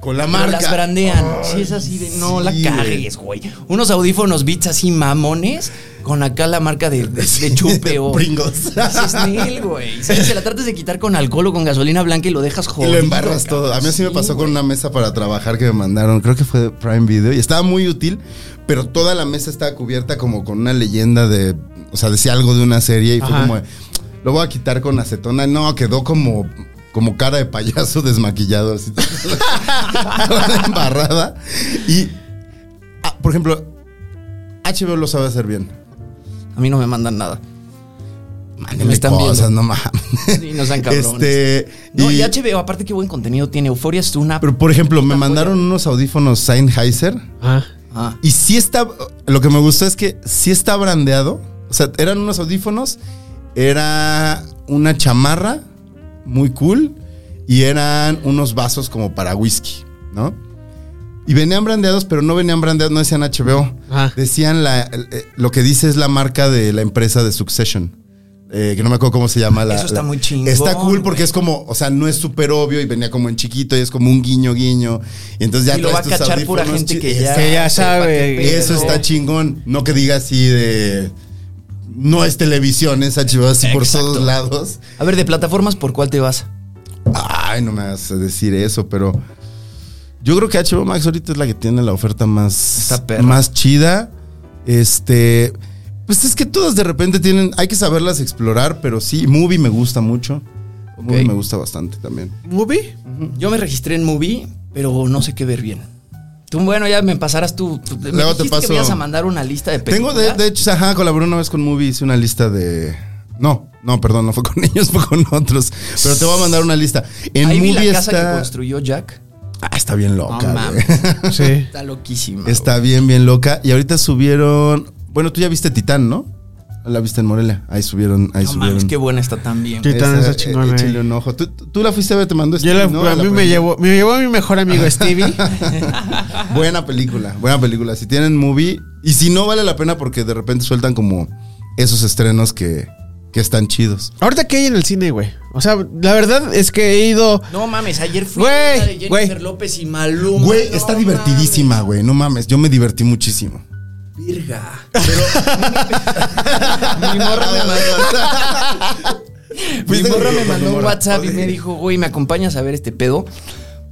S4: Con la
S5: Pero
S4: marca.
S5: Las brandean.
S4: Ay,
S5: sí, es así de no la
S4: sí,
S5: cagues, güey. Unos audífonos Beats así mamones con acá la marca de, de, de chupe o.
S4: Pringles.
S5: Dices, "Nel, güey. Si se la tratas de quitar con alcohol o con gasolina blanca y lo dejas
S4: Y
S5: jodido.
S4: lo embarras
S5: cabrón.
S4: todo. A mí así me
S5: Sí,
S4: pasó con
S5: güey.
S4: una mesa para trabajar que me mandaron, creo que fue de Prime Video, y estaba muy útil, pero toda la mesa estaba cubierta como con una leyenda de, o sea, decía algo de una serie y fue
S3: Ajá.
S4: como, de, lo voy a quitar con acetona. No, quedó como, como cara de payaso desmaquillado, así, toda la embarrada. Y, ah, por ejemplo, HBO lo sabe hacer bien.
S5: A mí no me mandan nada.
S4: Mándenme
S5: Ah, están
S4: cosas,
S5: viendo.
S4: no mames.
S5: Sí, no sean cabrones.
S4: Este,
S5: No, y,
S4: y-
S5: HBO, aparte qué buen contenido tiene. Euforia es una.
S4: Pero por ejemplo, me mandaron unos audífonos Sennheiser.
S3: Ah.
S5: Ah,
S4: Y sí está. Lo que me gustó es que sí está brandeado. O sea, eran unos audífonos. Era una chamarra muy cool. Y eran unos vasos como para whisky, ¿no? Y venían brandeados, pero no venían brandeados, no decían HBO.
S3: Ah.
S4: Decían la, el- eh, lo que dice es la marca de la empresa de Succession. eh, que no me acuerdo cómo se llama la.
S5: Eso está
S4: la-
S5: muy chingón,
S4: Está cool porque
S5: güey.
S4: es como, o sea, no es súper obvio y venía como en chiquito y es como un guiño, guiño. Y entonces ya
S5: y lo va a
S4: traes tus
S5: cachar pura
S4: audífonos
S5: gente
S4: chi-
S5: que ya.
S3: Que ya
S5: sepa
S3: sabe.
S5: qué pedo.
S4: eso está chingón. No que diga así de. No es televisión, es archivado así por
S5: Exacto.
S4: todos lados.
S5: A ver, de plataformas, ¿por cuál te vas?
S4: Ay, no me vas a decir eso, pero. Yo creo que HBO Max ahorita es la que tiene la oferta más,
S5: Está perra.
S4: más chida. Este. Pues es que todas de repente tienen. Hay que saberlas explorar, pero sí. Movie me gusta mucho. Movie me gusta bastante también.
S3: ¿Movie?
S5: Yo me registré en Movie, pero no sé qué ver bien. Tú, bueno, ya me pasarás tú. tú- me
S4: Luego te
S5: dijiste que
S4: paso-
S5: me ibas a mandar una lista de
S4: Tengo,
S5: películas.
S4: de, de hecho, ajá, colaboré una vez con Movie, hice una lista de. No, no, perdón, no fue con ellos, fue con otros. Pero te voy a mandar una lista. En
S5: Ahí vi
S4: Movie
S5: la casa que
S4: está.
S5: construyó Jack.
S4: Ah, está bien
S5: No
S4: loca. güey.
S5: mames.
S3: Sí.
S5: Está loquísima.
S4: Está bien, bien loca. Y ahorita subieron Bueno, tú ya viste Titán, ¿no? La viste en Morelia. Ahí subieron, ahí
S5: No
S4: subieron.
S5: mames, qué buena está también.
S3: Sí. Titán, esa chingona,
S4: eh, Échale
S3: eh.
S4: un ojo. ¿Tú, tú la fuiste a ver, te mandó
S3: Yo la-
S4: Stevie, ¿no?
S3: a
S4: La
S3: mí me
S4: primera.
S3: llevó, me llevó a mi mejor amigo Stevie.
S4: Buena película, buena película. Si tienen movie. Y si no, vale la pena porque de repente sueltan como esos estrenos que, que están chidos.
S3: Ahorita que hay en el cine, güey. O sea, la verdad es que he ido.
S5: No mames, ayer fui
S3: Güey,
S5: a la de Jennifer
S3: güey.
S5: López y Maluma.
S4: Güey,
S5: No
S4: está divertidísima, güey. No mames, yo me divertí muchísimo.
S5: mames, Virga. Pero. mi morra me mandó. mi
S4: Fuiste
S5: morra
S4: con
S5: Pues me
S4: tu
S5: mandó un
S4: morra.
S5: WhatsApp y me dijo, güey, ¿me acompañas a ver este pedo?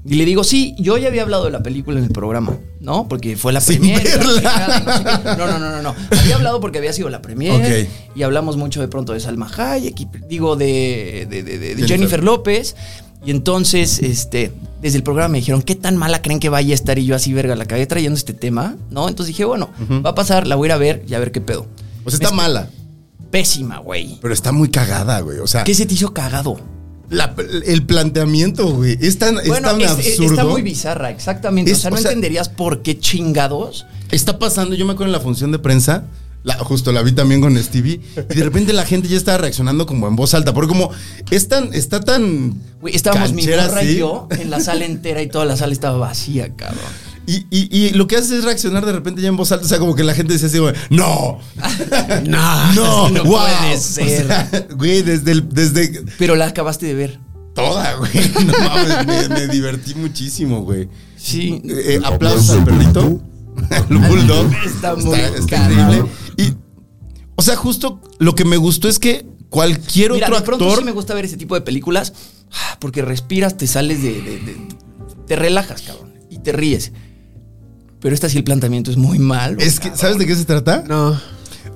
S5: Y le digo, sí, yo ya había hablado de la película en el programa, ¿no? Porque fue la
S4: Sin
S5: primera.
S4: verla.
S5: No, no, no, no, no. Había hablado porque había sido la primera.
S4: Ok.
S5: Y hablamos mucho de pronto de Salma Hayek, y, digo, de, de- de- de- de
S4: Jennifer.
S5: Jennifer. López. Y entonces, este, desde el programa me dijeron, ¿qué tan mala creen que vaya a estar? Y yo así, verga, la cagué trayendo este tema, ¿no? Entonces dije, bueno, va a pasar, la voy a ir a ver y a ver qué pedo.
S4: O sea, está
S5: Es
S4: mala,
S5: Pésima, güey.
S4: pero está muy cagada, güey. O sea,
S5: ¿Qué se te hizo cagado?
S4: la- el planteamiento, güey, es tan, es tan
S5: es- es-
S4: absurdo.
S5: está muy bizarra, exactamente.
S4: Es-
S5: o sea, no
S4: o sea-
S5: entenderías por qué chingados.
S4: Está pasando, yo me acuerdo en la función de prensa, la- justo la vi también con Stevie, y de repente la gente ya estaba reaccionando como en voz alta, porque como es tan, está tan...
S5: Güey, estábamos
S4: canchera
S5: mi morra
S4: así,
S5: y yo en la sala entera y toda la sala estaba vacía, cabrón.
S4: Y, y- y lo que hace es reaccionar de repente ya en voz alta, o sea, como que la gente decía así, güey, no,
S5: no,
S4: no,
S5: no
S4: wow.
S5: puede ser.
S4: O sea, güey, desde, el- desde
S5: Pero la acabaste de ver.
S4: toda, güey, no mames, me, me divertí muchísimo, güey.
S5: Sí.
S4: Eh, aplausos al perrito. El bulldog.
S5: Está muy cagado.
S4: increíble. Y, o sea, justo lo que me gustó es que cualquier
S5: Mira,
S4: otro
S5: de pronto
S4: actor.
S5: sí me gusta ver ese tipo de películas ah, porque respiras, te sales de, de- de- Te relajas, cabrón. Y te ríes. Pero esta sí el planteamiento es muy malo.
S4: Es que,
S5: cabrón.
S4: ¿sabes de qué se trata?
S3: No.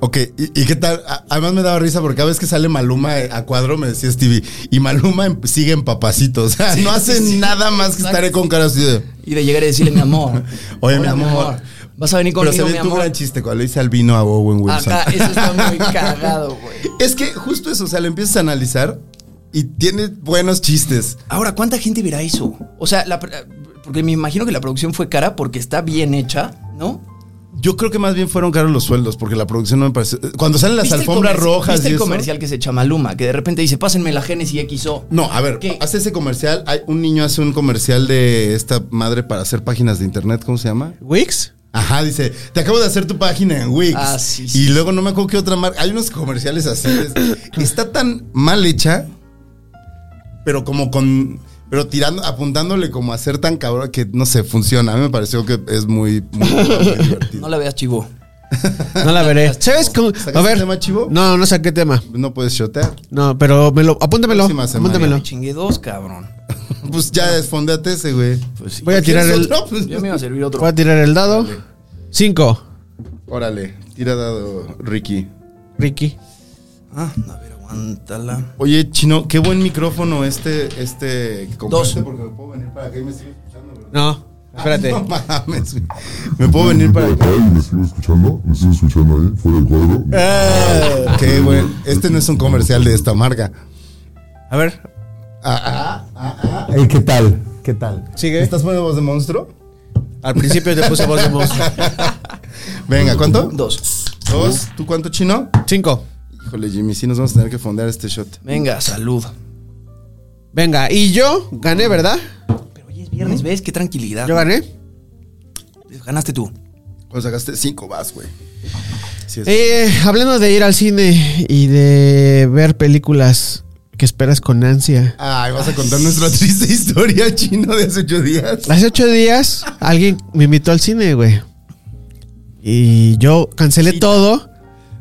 S4: Ok, ¿y, y qué tal? A- Además me daba risa porque cada vez que sale Maluma a cuadro me decía Stevie, y Maluma em- sigue en papacito. O sea,
S5: Sí,
S4: no hace
S5: sí, sí.
S4: nada más que
S5: Exacto.
S4: estaré con cara así de.
S5: Y de llegar y decirle, mi amor.
S4: Oye, mi
S5: hola,
S4: amor.
S5: Vas a venir
S4: Pero se
S5: conmigo,
S4: ve
S5: mi
S4: tu
S5: amor.
S4: gran chiste cuando le dice albino a Owen Wilson.
S5: Acá, eso está muy cagado, güey.
S4: Es que justo eso, o sea, lo empiezas a analizar y tiene buenos chistes.
S5: Ahora, ¿cuánta gente verá eso? O sea, la pr- porque me imagino que la producción fue cara porque está bien hecha, ¿no?
S4: Yo creo que más bien fueron caros los sueldos, porque la producción no me pareció. Cuando salen las
S5: ¿Viste el
S4: alfombras
S5: comerci-
S4: rojas y
S5: ¿Viste el
S4: eso?
S5: comercial que se echa Maluma? Que de repente dice, pásenme la Genesis XO.
S4: No, a ver,
S5: ¿Qué?
S4: hace ese comercial. Hay, un niño hace un comercial de esta madre para hacer páginas de internet, ¿cómo se llama?
S3: ¿Wix?
S4: Ajá, dice, te acabo de hacer tu página en Wix.
S5: Ah, sí, sí.
S4: Y luego no me acuerdo qué otra marca. Hay unos comerciales así. es- está tan mal hecha, pero como con. Pero tirando, apuntándole como a ser tan cabrón que no sé, funciona. A mí me pareció que es muy, muy, muy divertido.
S5: No la veas, chivo.
S3: No la veré. ¿Sabes cómo? A
S4: ¿Sacaste
S3: ver.
S4: tema, chivo?
S3: No, no saqué tema.
S4: No puedes shotear.
S3: No, pero me lo, apúntamelo.
S4: Próxima semana.
S3: Apúntamelo.
S5: Me chingué dos, cabrón.
S4: Pues ya desfondate ese, güey.
S5: Pues sí.
S3: Voy a tirar
S4: ¿Quieres
S3: el.
S4: otro? Pues,
S5: Yo me iba a servir otro.
S3: Voy a tirar el dado. Cinco.
S4: Órale, tira dado, Ricky.
S3: Ricky.
S5: Ah, a ver, aguántala.
S4: Oye, Chino, qué buen micrófono este, este que compraste,
S5: Dos.
S4: porque me puedo venir para acá y me sigo escuchando, ¿verdad?
S3: No. Espérate.
S4: No mames, güey. Me puedo venir para acá.
S6: acá y me sigo escuchando, me sigo escuchando ahí, fuera del cuadro.
S3: Ah.
S4: Qué buen. Este no es un comercial de esta marca.
S3: A ver.
S4: Ah, ah, ah, ah. Ey, ¿Qué tal? ¿Qué tal?
S3: Sigue.
S4: ¿Estás poniendo voz de monstruo?
S3: Al principio te puse voz de monstruo.
S4: Venga, ¿cuánto?
S5: Dos.
S4: Dos. ¿Tú cuánto, Chino?
S3: Cinco.
S4: Híjole, Jimmy, sí nos vamos a tener que fondear este shot.
S5: Venga, salud.
S3: Venga, y yo gané, ¿verdad?
S5: Pero hoy es viernes, ¿ves? Qué tranquilidad. Pues,
S3: Yo gané.
S5: Ganaste tú.
S4: O sacaste cinco vas, güey. Sí, es-
S3: Eh, hablando de ir al cine y de ver películas que esperas con ansia.
S4: Ay, vas a contar nuestra triste historia, Chino, de hace ocho días.
S3: Hace ocho días alguien me invitó al cine, güey. Y yo cancelé todo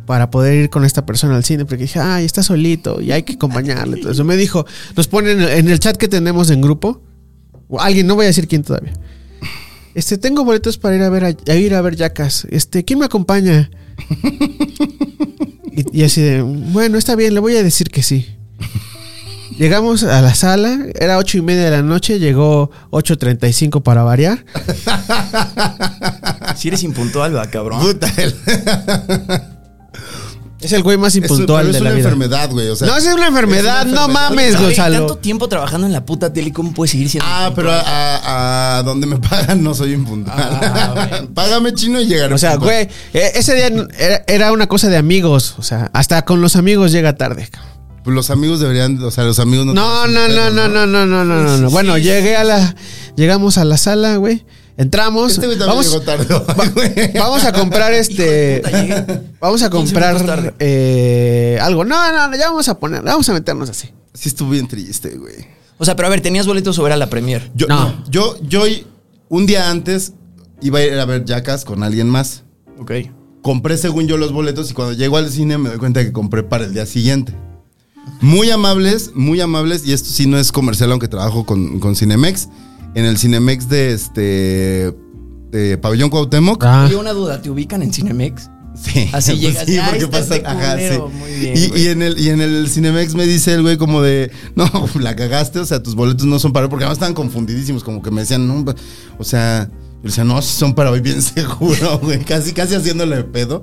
S3: para poder ir con esta persona al cine. Porque dije, ay, está solito y hay que acompañarle. Entonces me dijo, nos ponen en el chat que tenemos en grupo. o alguien, no voy a decir quién todavía. Este, tengo boletos para ir a ver a, a ir a ver Yacas. Este, ¿quién me acompaña? Y, y así de, bueno, está bien, le voy a decir que sí. Llegamos a la sala, era ocho y media de la noche, llegó 8.35 para variar.
S5: Si eres impuntual, va, cabrón.
S4: Puta, el-
S3: Es el güey más
S4: Es-
S3: impuntual
S4: pero es
S3: de
S4: una
S3: la vida.
S4: enfermedad, güey. O sea,
S3: no, esa es una enfermedad, no
S4: enfermedad.
S3: mames,
S5: Güey, Tanto
S3: Gonzalo.
S5: tiempo trabajando en la puta tele, ¿cómo puedes seguir siendo?
S4: Ah, pero a, a- a donde me pagan no soy impuntual. Págame chino y llegaré.
S3: Ah, O sea,
S4: puntual.
S3: güey, eh, ese día n- era, era una cosa de amigos. O sea, hasta con los amigos llega tarde. cabrón.
S4: Pues Los amigos deberían, o sea, los amigos no.
S3: No,
S4: te-
S3: no, no, no, no, no, no, no, no, no.
S5: Sí,
S3: Bueno,
S5: sí,
S3: llegué a la. Llegamos a la sala, güey. Entramos.
S4: Este güey también
S3: vamos,
S4: llegó tarde. güey.
S3: Vamos a comprar
S5: Hijo de
S3: este.
S5: puta, llegué.
S3: Vamos a
S5: 15 minutos tarde.
S3: comprar eh, algo. No, no, no, ya vamos a poner, vamos a meternos así.
S4: Sí, estuvo bien triste, güey.
S5: O sea, pero a ver, tenías boletos sobre a la premier.
S4: Yo,
S3: No.
S4: no, yo, yo i- un día antes iba a ir a ver Jackass con alguien más.
S5: Ok.
S4: Compré según yo los boletos y cuando llego al cine me doy cuenta que compré para el día siguiente. Muy amables, muy amables, y esto sí no es comercial, aunque trabajo con, con Cinemex. En el Cinemex de este de Pabellón Cuauhtémoc.
S5: Oye, una duda, ¿te ubican en Cinemex?
S4: Sí.
S5: Así
S4: pues
S5: llegas,
S4: Sí,
S5: "Ah,
S4: porque
S5: está
S4: pasa.
S5: este
S4: ajá, sí.
S5: culero". Muy bien,
S4: y,
S5: güey.
S4: y en el, y en el Cinemex me dice el güey como de, no, la cagaste, o sea, tus boletos no son para hoy, porque además estaban confundidísimos, como que me decían, no, pa- o sea, yo decía, no, sí son para hoy, bien seguro, güey, casi, casi haciéndole de pedo.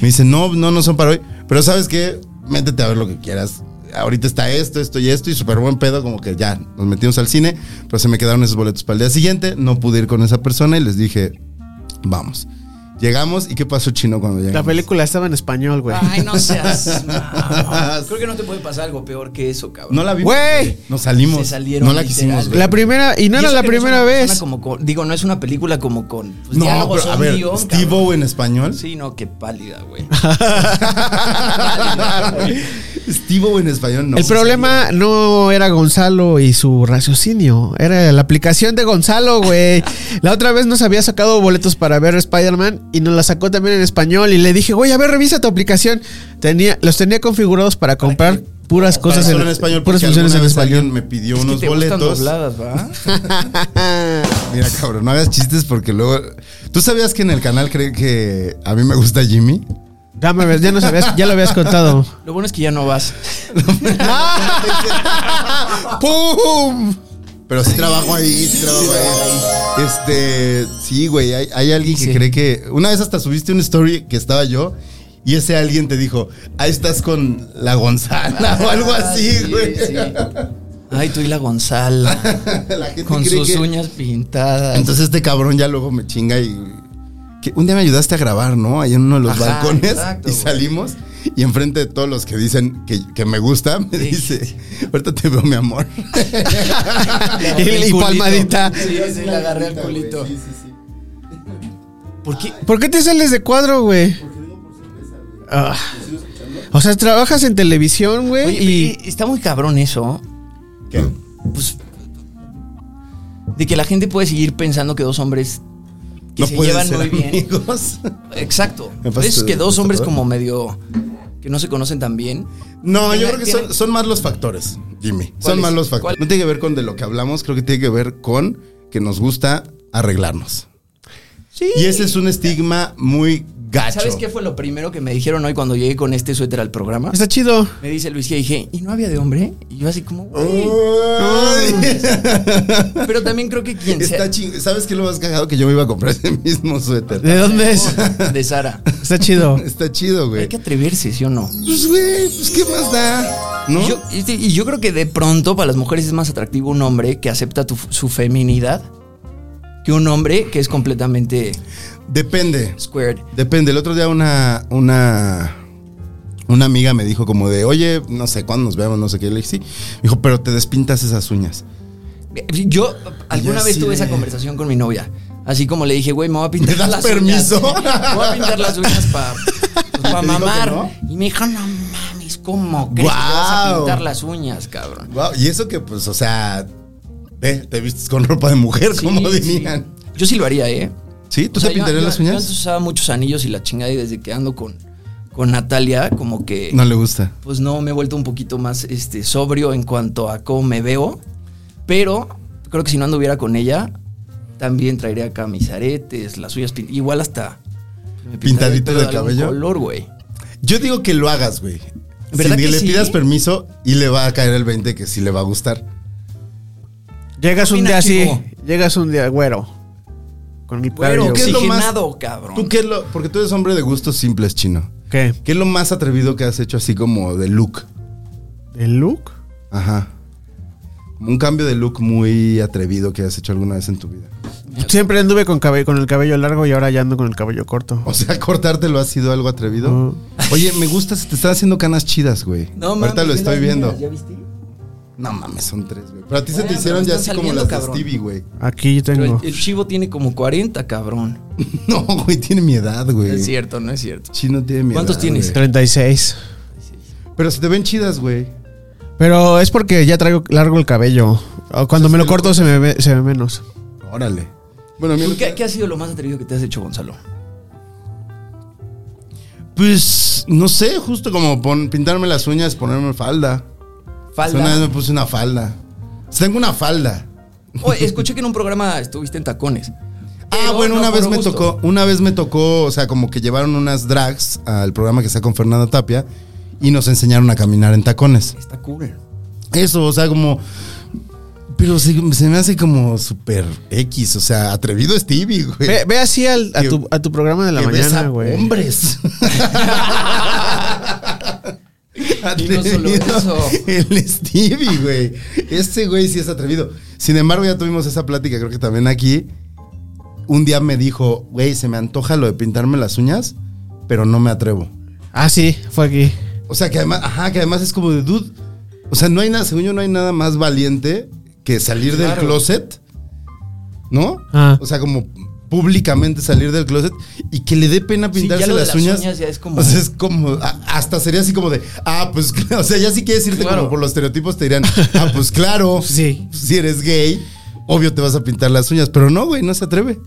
S4: Me dice, no, no, no son para hoy, pero ¿sabes qué? Métete a ver lo que quieras. Ahorita está esto, esto y esto, y súper buen pedo, como que ya nos metimos al cine, pero se me quedaron esos boletos para el día siguiente. No pude ir con esa persona y les dije, vamos. Llegamos, ¿y qué pasó chino cuando llegamos?
S3: La película estaba en español, güey.
S5: Ay, no seas. mamón. Creo que no te puede pasar algo peor que eso, cabrón.
S4: No la vimos.
S3: Güey.
S4: Nos salimos.
S5: Se salieron,
S4: no la
S5: literal.
S4: quisimos ver.
S3: La primera, y no
S5: Y
S3: era
S5: eso
S3: la
S5: que no es una
S3: primera
S5: persona
S3: vez.
S5: como con- digo, no es una película como con pues,
S4: no,
S5: diálogos,
S4: pero a
S5: un
S4: ver,
S5: guión,
S4: Steve
S5: cabrón.
S4: O en español.
S5: Sí, no, qué pálida, güey.
S4: Steve O en español, no.
S3: el problema Ah, no era Gonzalo y su raciocinio, era la aplicación de Gonzalo, güey. la otra vez nos había sacado boletos para ver Spider-Man y nos la sacó también en español y le dije, güey, a ver, revisa tu aplicación. Tenía, los tenía configurados para comprar puras
S4: Para
S3: cosas
S4: solo en español.
S3: puras
S4: porque
S3: funciones en
S4: alguna vez
S3: español.
S4: alguien me pidió
S5: Es que
S4: unos
S5: te gustan
S4: boletos.
S5: dobladas, ¿va?
S4: Mira, cabrón, no hagas chistes porque luego. ¿Tú sabías que en el canal cree que a mí me gusta Jimmy?
S3: Ya, me ves, ya nos habías- ya lo habías contado.
S5: Lo bueno es que ya no vas.
S4: ¡Pum! Pero sí trabajo ahí, sí trabajo ahí. Este, sí, güey, hay, hay alguien que
S5: Sí.
S4: cree que... Una vez hasta subiste una story que estaba yo y ese alguien te dijo, ahí estás con la Gonzala o algo así,
S5: Sí,
S4: güey.
S5: sí. Ay, tú y la Gonzala.
S4: La gente
S5: Con
S4: cree
S5: sus
S4: que-
S5: uñas pintadas.
S4: Entonces este cabrón ya luego me chinga y... Que un día me ayudaste a grabar, ¿no? Ahí en uno de los
S5: Ajá,
S4: balcones
S5: exacto,
S4: y
S5: güey.
S4: salimos y enfrente de todos los que dicen que, que me gusta, me
S5: Sí.
S4: dice, ahorita te veo, mi amor.
S5: Le
S3: Y-
S5: agarré el
S3: y
S5: culito.
S3: palmadita.
S5: Sí, sí, le agarré al culito.
S4: Sí, sí, sí.
S5: ¿Por qué?
S3: ¿Por qué te sales de cuadro, güey? Ah. O sea, trabajas en televisión, güey,
S5: Oye,
S3: y
S5: y- está muy cabrón eso.
S4: ¿Qué?
S5: Pues. De que la gente puede seguir pensando que dos hombres que se
S4: pueden
S5: llevan
S4: ser
S5: muy bien.
S4: amigos.
S5: Exacto.
S4: Me pasa
S5: Es
S4: tu-
S5: que dos
S4: tu
S5: hombres
S4: tatuaje.
S5: como medio que no se conocen tan bien.
S4: No, yo
S5: Tiene-
S4: creo que
S5: tiene-
S4: son, son más los factores, Jimmy. Son
S5: es?
S4: más los
S5: ¿Cuál
S4: factores.
S5: es?
S4: No tiene que ver con de lo que hablamos, creo que tiene que ver con que nos gusta arreglarnos.
S5: Sí.
S4: Y ese es un estigma muy gacho.
S5: ¿Sabes qué fue lo primero que me dijeron hoy cuando llegué con este suéter al programa?
S3: está chido.
S5: Me dice Luis que dije, ¿y no había de hombre? Y yo así como, güey.
S4: Ay.
S5: Pero también creo que quien
S4: Está
S5: sea
S4: ching- ¿Sabes qué lo más cagado? Que yo me iba a comprar ese mismo suéter.
S5: Eh.
S3: ¿De dónde es?
S5: de Sara.
S3: Está chido.
S4: Está chido, güey.
S5: Hay que atreverse, ¿sí o no?
S4: Pues, güey, pues, ¿qué más da? ¿No?
S5: Y, yo, y- y yo creo que de pronto para las mujeres es más atractivo un hombre que acepta tu- su feminidad que un hombre que es completamente
S4: Depende.
S5: squared.
S4: Depende. El otro día una, una, una amiga me dijo como de, oye, no sé cuándo nos vemos, no sé qué. Le dije, sí. Me dijo, pero te despintas esas uñas.
S5: Yo alguna
S4: Ya
S5: vez
S4: sí
S5: tuve
S4: de-
S5: esa conversación con mi novia. Así como le dije, güey, me voy a pintar
S4: ¿Me das
S5: las
S4: permiso?
S5: uñas. Me voy a pintar las uñas para
S4: dijo que
S5: mamar.
S4: no?
S5: Y me dijo, no mames, ¿cómo crees que te vas a
S4: Guau.
S5: pintar las uñas, cabrón?
S4: Wow, y eso que, pues, o sea, ve, te vistes con ropa de mujer,
S5: Sí,
S4: como
S5: sí.
S4: dirían.
S5: Yo sí lo haría, ¿eh?
S4: Sí, ¿tú
S5: O sea,
S4: te
S5: yo-
S4: pintarías
S5: yo-
S4: las
S5: Yo antes
S4: uñas?
S5: usaba muchos anillos y la chingada y desde que ando con, con Natalia, como que...
S4: no le gusta.
S5: pues no, me he vuelto un poquito más este, sobrio en cuanto a cómo me veo. Pero creo que si no anduviera con ella, también traería acá mis aretes, las suyas, pin- igual hasta... me pintaría el
S4: Pintadito
S5: pelo
S4: de
S5: algún
S4: cabello.
S5: color, güey.
S4: Yo digo que lo hagas, güey. Sin
S5: ¿Verdad
S4: que
S5: que
S4: le
S5: sí?
S4: pidas permiso y le va a caer el 20 que sí le va a gustar.
S3: Llegas un
S5: Opina,
S3: día así.
S5: chico.
S3: Llegas un día güero. Con el
S5: Pero
S3: cabello.
S4: ¿qué es lo más-
S5: oxigenado, cabrón.
S4: ¿Tú qué es lo? Porque tú eres hombre de gustos simples, chino.
S3: ¿Qué?
S4: ¿Qué es lo más atrevido que has hecho así como de look?
S3: ¿El look?
S4: Ajá. Un cambio de look muy atrevido que has hecho alguna vez en tu vida.
S3: Siempre anduve con, cabe- con el cabello largo y ahora ya ando con el cabello corto.
S4: O sea, cortártelo ha sido algo atrevido.
S3: No.
S5: Ah.
S4: Oye, me gusta, se te están haciendo canas chidas, güey. Ahorita lo estoy viendo.
S5: ¿Ya viste?
S4: No mames, son tres, güey. Pero a ti se
S5: Ah,
S4: te
S5: pero
S4: hicieron
S5: me
S4: ya así
S5: están
S4: como
S5: saliendo,
S4: las
S5: cabrón.
S4: de Stevie, güey.
S3: Aquí
S5: Pero el,
S3: tengo.
S5: el chivo tiene como 40, cabrón.
S4: No, güey, tiene mi edad, güey.
S5: Es cierto, no es cierto.
S4: Chino tiene mi
S5: ¿Cuántos
S4: edad,
S5: tienes?
S4: güey.
S3: 36.
S4: Pero se te ven chidas, güey.
S3: Pero es porque ya traigo largo el cabello. O Cuando me lo corto se me ve, se ve menos.
S4: Órale. Bueno, a mí
S5: ¿Qué, qué ha sido lo más atrevido que te has hecho, Gonzalo?
S4: Pues, no sé, justo como pon- pintarme las uñas, ponerme falda. O sea,
S5: Falda.
S4: Una vez me puse una falda. Tengo una falda.
S5: Oye, escuché que en un programa estuviste en tacones.
S4: Ah,
S5: Pero
S4: bueno,
S5: no
S4: una
S5: por
S4: vez me
S5: gusto.
S4: tocó, una vez me tocó, o sea, como que llevaron unas drags al programa que está con Fernanda Tapia y nos enseñaron a caminar en tacones.
S5: Está cool.
S4: Eso, o sea, como. Pero se, se me hace como súper X, o sea, atrevido Stevie, güey.
S3: Ve, ve así al- a,
S4: Que-
S3: tu, a tu programa de la
S4: Que besa
S3: mañana, güey.
S4: Hombres.
S5: Y no solo eso.
S4: El Stevie, güey. Este güey sí es atrevido. Sin embargo, ya tuvimos esa plática, creo que también aquí. Un día me dijo, güey, se me antoja lo de pintarme las uñas, pero no me atrevo.
S3: Ah, sí, fue aquí.
S4: O sea, que además, ajá, que además es como de dude. O sea, no hay nada, según yo, no hay nada más valiente que salir del
S5: Claro.
S4: closet, ¿no?
S3: Ah.
S4: O sea, como públicamente salir del closet y que le dé pena
S5: Sí,
S4: pintarse
S5: ya lo de
S4: las,
S5: las
S4: uñas.
S5: uñas ya es como-
S4: O sea, es como. a- hasta sería así como de. Ah, pues. O sea, ya si quieres irte
S5: Claro.
S4: como por los estereotipos, te dirían. Ah, pues claro.
S3: Sí.
S4: Si eres gay, obvio te vas a pintar las uñas. Pero no, güey, no se atreve.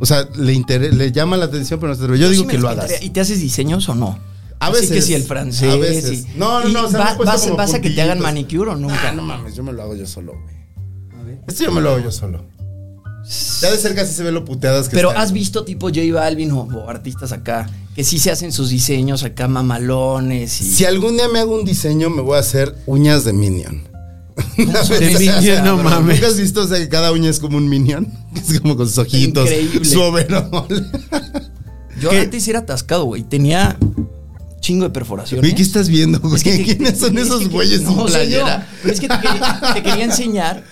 S4: O sea, le, inter- le llama la atención, pero no se atreve. Yo
S5: sí
S4: digo
S5: me
S4: que
S5: las
S4: lo hagas.
S5: pintaría. ¿Y te haces diseños o no?
S4: A
S5: Así
S4: veces.
S5: que si el francés.
S4: A veces.
S5: y-
S4: No, no,
S5: y
S4: no, o sea, me he
S5: va-
S4: puesto
S5: vas
S4: como
S5: vas a que te hagan
S4: puntitos.
S5: manicure o nunca.
S4: Ah, no mames, yo me lo hago yo solo, güey. Esto yo me lo hago yo solo. Ya de cerca sí se ve lo puteadas que
S5: Pero
S4: están.
S5: has visto tipo J Balvin o, o artistas acá que sí se hacen sus diseños acá mamalones y.
S4: Si algún día me hago un diseño, me voy a hacer uñas de Minion.
S3: De Minion, no mames.
S4: ¿Nunca has visto o sea, que cada uña es como un Minion? Es como con sus ojitos,
S5: Increíble.
S4: su overol.
S5: Yo antes era atascado, güey. Tenía chingo de perforaciones.
S4: Güey, ¿qué estás viendo, güey?
S5: Es que te-
S4: ¿Quiénes son
S5: es
S4: esos
S5: que-
S4: güeyes
S5: no,
S4: sin
S5: soy
S4: playera?
S5: yo. Pero es que te quería, te quería enseñar.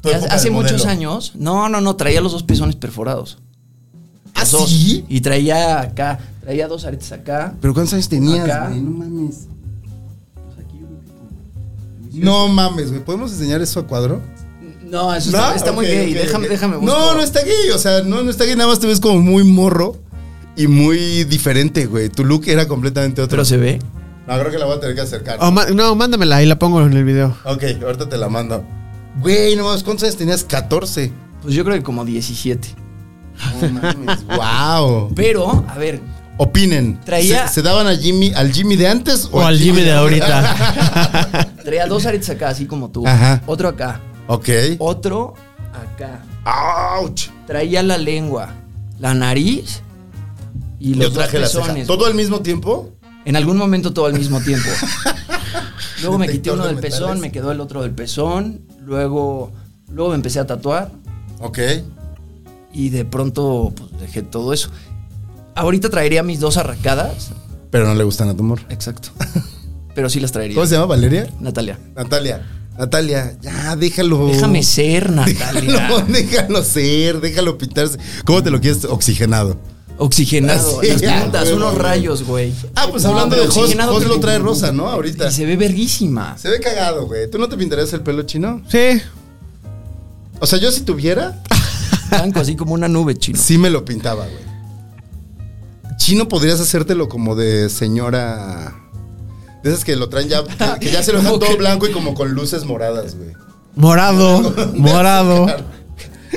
S4: Tu
S5: que
S4: época
S5: hace
S4: de
S5: muchos
S4: modelo.
S5: años. No, no, no. Traía los dos pezones perforados. Los
S4: ¿Ah,
S5: dos.
S4: sí?
S5: Y traía acá. Traía dos aretes acá.
S4: ¿Pero cuántos años tenías,
S5: Acá.
S4: güey?
S5: Pues
S4: No mames. No mames, güey. ¿Podemos enseñar eso a cuadro?
S5: No, eso
S4: ¿No?
S5: está, está muy
S4: Ok,
S5: gay.
S4: ok,
S5: déjame,
S4: ok.
S5: déjame buscar.
S4: No, no está gay. O sea, no, no está gay. Nada más te ves como muy morro y muy diferente, güey. Tu look era completamente otro.
S5: Pero se ve. Oh,
S4: No, creo que la voy a tener que acercar.
S3: O ma- no, mándamela y la pongo en el video.
S4: Ok, ahorita te la mando. Güey, no mames, ¿cuántos años tenías? 14.
S5: Pues yo creo que como 17.
S4: No mames, wow.
S5: Pero, a ver.
S4: Opinen.
S5: Traía-
S4: ¿Se, se daban a Jimmy, al Jimmy de antes
S3: O al Jimmy de ahorita.
S5: Traía dos aretes acá, así como tú.
S4: Ajá.
S5: Otro acá.
S4: ok.
S5: Otro acá.
S4: Ouch.
S5: traía la lengua, la nariz y los
S4: Yo traje
S5: dos
S4: las cejas.
S5: pezones.
S4: ¿Todo al mismo tiempo?
S5: En algún momento todo al mismo tiempo. luego me quité
S4: Detector
S5: uno
S4: de
S5: del pezón,
S4: metales.
S5: me quedó el otro del pezón, luego luego me empecé a tatuar
S4: Ok.
S5: y de pronto pues, dejé todo eso. Ahorita traería mis dos arracadas,
S4: Pero no le gustan a tu amor.
S5: exacto. Pero sí las traería.
S4: ¿Cómo se llama, Valeria?
S5: Natalia.
S4: Natalia, Natalia, ya déjalo.
S5: Déjame ser, Natalia.
S4: Déjalo, déjalo ser, déjalo pintarse. ¿Cómo te lo quieres? Oxigenado.
S5: Oxigenado,
S4: Así,
S5: las
S4: ya,
S5: puntas,
S4: güey,
S5: unos
S4: güey.
S5: rayos, güey.
S4: Ah, pues
S5: No,
S4: hablando de
S5: pero
S4: Jos,
S5: oxigenado,
S4: Jos
S5: pero-
S4: lo trae rosa, ¿no? Ahorita.
S5: Y se ve verguísima.
S4: Se ve cagado, güey. ¿Tú no te pintarías el pelo chino?
S3: Sí.
S4: O sea, yo si tuviera,
S5: Blanco, así como una nube, chino.
S4: sí me lo pintaba, güey. Chino podrías hacértelo como de señora. De esas que lo traen ya, que, que ya se lo dejan
S5: ¿Cómo
S4: todo
S5: que?
S4: blanco y como con luces moradas, güey.
S3: Morado, morado.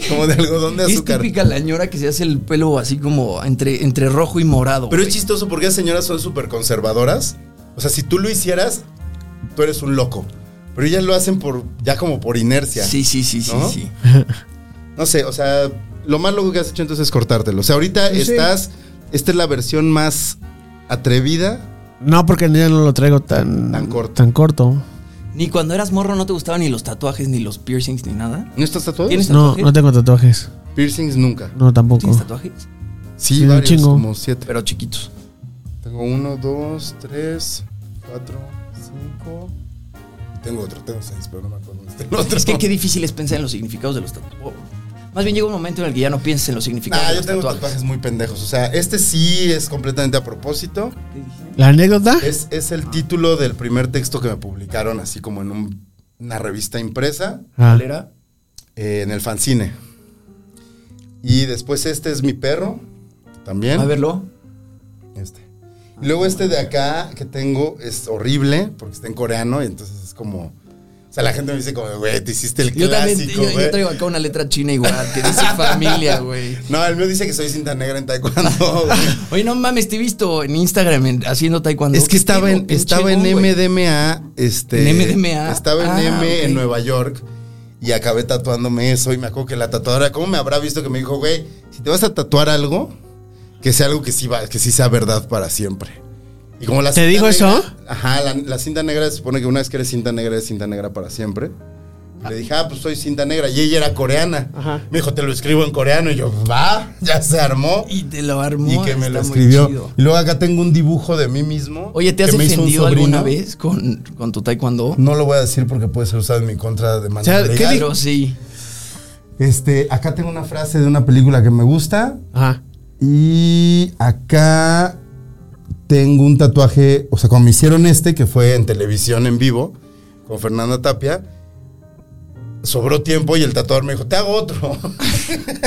S4: Como de algodón de
S5: Es
S4: azúcar.
S5: típica la ñora que se hace el pelo así como entre, entre rojo y morado.
S4: Pero es
S5: güey.
S4: chistoso porque esas señoras son súper conservadoras. O sea, si tú lo hicieras, tú eres un loco. Pero ellas lo hacen por ya como por inercia.
S5: Sí, sí, sí, sí,
S4: ¿No?
S5: sí.
S4: No sé, o sea, lo más loco que has hecho entonces es cortártelo. O sea, ahorita
S5: Pues
S3: Sí.
S4: estás. Esta es la versión más atrevida.
S3: No, porque ya no lo traigo tan,
S4: Tan corto.
S3: Tan corto.
S5: Ni cuando eras morro no te gustaban ni los tatuajes, ni los piercings, ni nada.
S4: ¿No estás tatuado?
S5: ¿Tienes
S3: No,
S5: tatuajes?
S3: no tengo tatuajes.
S4: Piercings nunca.
S3: No, tampoco.
S5: ¿Tienes tatuajes?
S4: Sí,
S3: Sí, un
S4: varios,
S3: chingo.
S4: como siete.
S5: Pero chiquitos.
S4: Tengo uno, dos, tres, cuatro, cinco. y Tengo otro, tengo seis, pero no me acuerdo dónde está el otro.
S5: Es que qué difícil es pensar en los significados de los tatuajes. Más bien llega un momento en el que ya no pienses en los significados
S4: Nah, yo
S5: de los
S4: tengo
S5: tatuajes.
S4: tatuajes muy pendejos. O sea, este sí es completamente a propósito.
S7: ¿La anécdota?
S4: Es, es el título del primer texto que me publicaron, así como en un- una revista impresa,
S7: Ah.
S5: ¿Cuál era?
S4: eh, en el fanzine. Y después este es mi perro, también.
S5: A verlo.
S4: Este. Y luego este de acá que tengo es horrible porque está en coreano y entonces es como. O sea, la gente me dice como, güey, te hiciste el
S5: Yo también
S4: clásico,
S5: yo, yo
S4: güey.
S5: traigo acá una letra china igual, que dice familia, güey.
S4: No, el mío dice que soy cinta negra en taekwondo, güey.
S5: Oye, no mames, te he visto en Instagram en- haciendo taekwondo.
S4: Es que estaba en,
S5: Pinche
S4: estaba en
S5: bon, güey.
S4: MDMA, este.
S5: ¿En MDMA?
S4: Estaba en
S5: Ah,
S4: M
S5: ok.
S4: en Nueva York y acabé tatuándome eso. Y me acuerdo que la tatuadora, ¿cómo me habrá visto que me dijo, güey, si te vas a tatuar algo, que sea algo que sí va, que sí sea verdad para siempre. Y como la
S7: ¿Te
S4: cinta
S7: dijo
S4: negra-
S7: eso?
S4: Ajá, la, la cinta negra se supone que una vez que eres cinta negra, eres cinta negra para siempre. Le dije, ah, pues soy cinta negra. Y ella era coreana.
S7: Ajá.
S4: Me dijo, te lo escribo en coreano. Y yo, va, ya se armó.
S5: Y te lo armó.
S4: Y que me lo
S5: está muy
S4: escribió.
S5: chido.
S4: Y luego acá tengo un dibujo de mí mismo.
S5: Oye, ¿te has
S4: que me hizo un
S5: ofendido alguna
S4: sobrino.
S5: vez con, con tu taekwondo?
S4: No lo voy a decir porque puede ser usado en mi contra de manera
S7: O sea, ¿qué
S4: legal.
S5: Pero sí.
S4: Este, acá tengo una frase de una película que me gusta.
S7: Ajá.
S4: Y acá tengo un tatuaje, o sea, cuando me hicieron este, que fue en televisión en vivo, con Fernanda Tapia, sobró tiempo y el tatuador me dijo, te hago otro.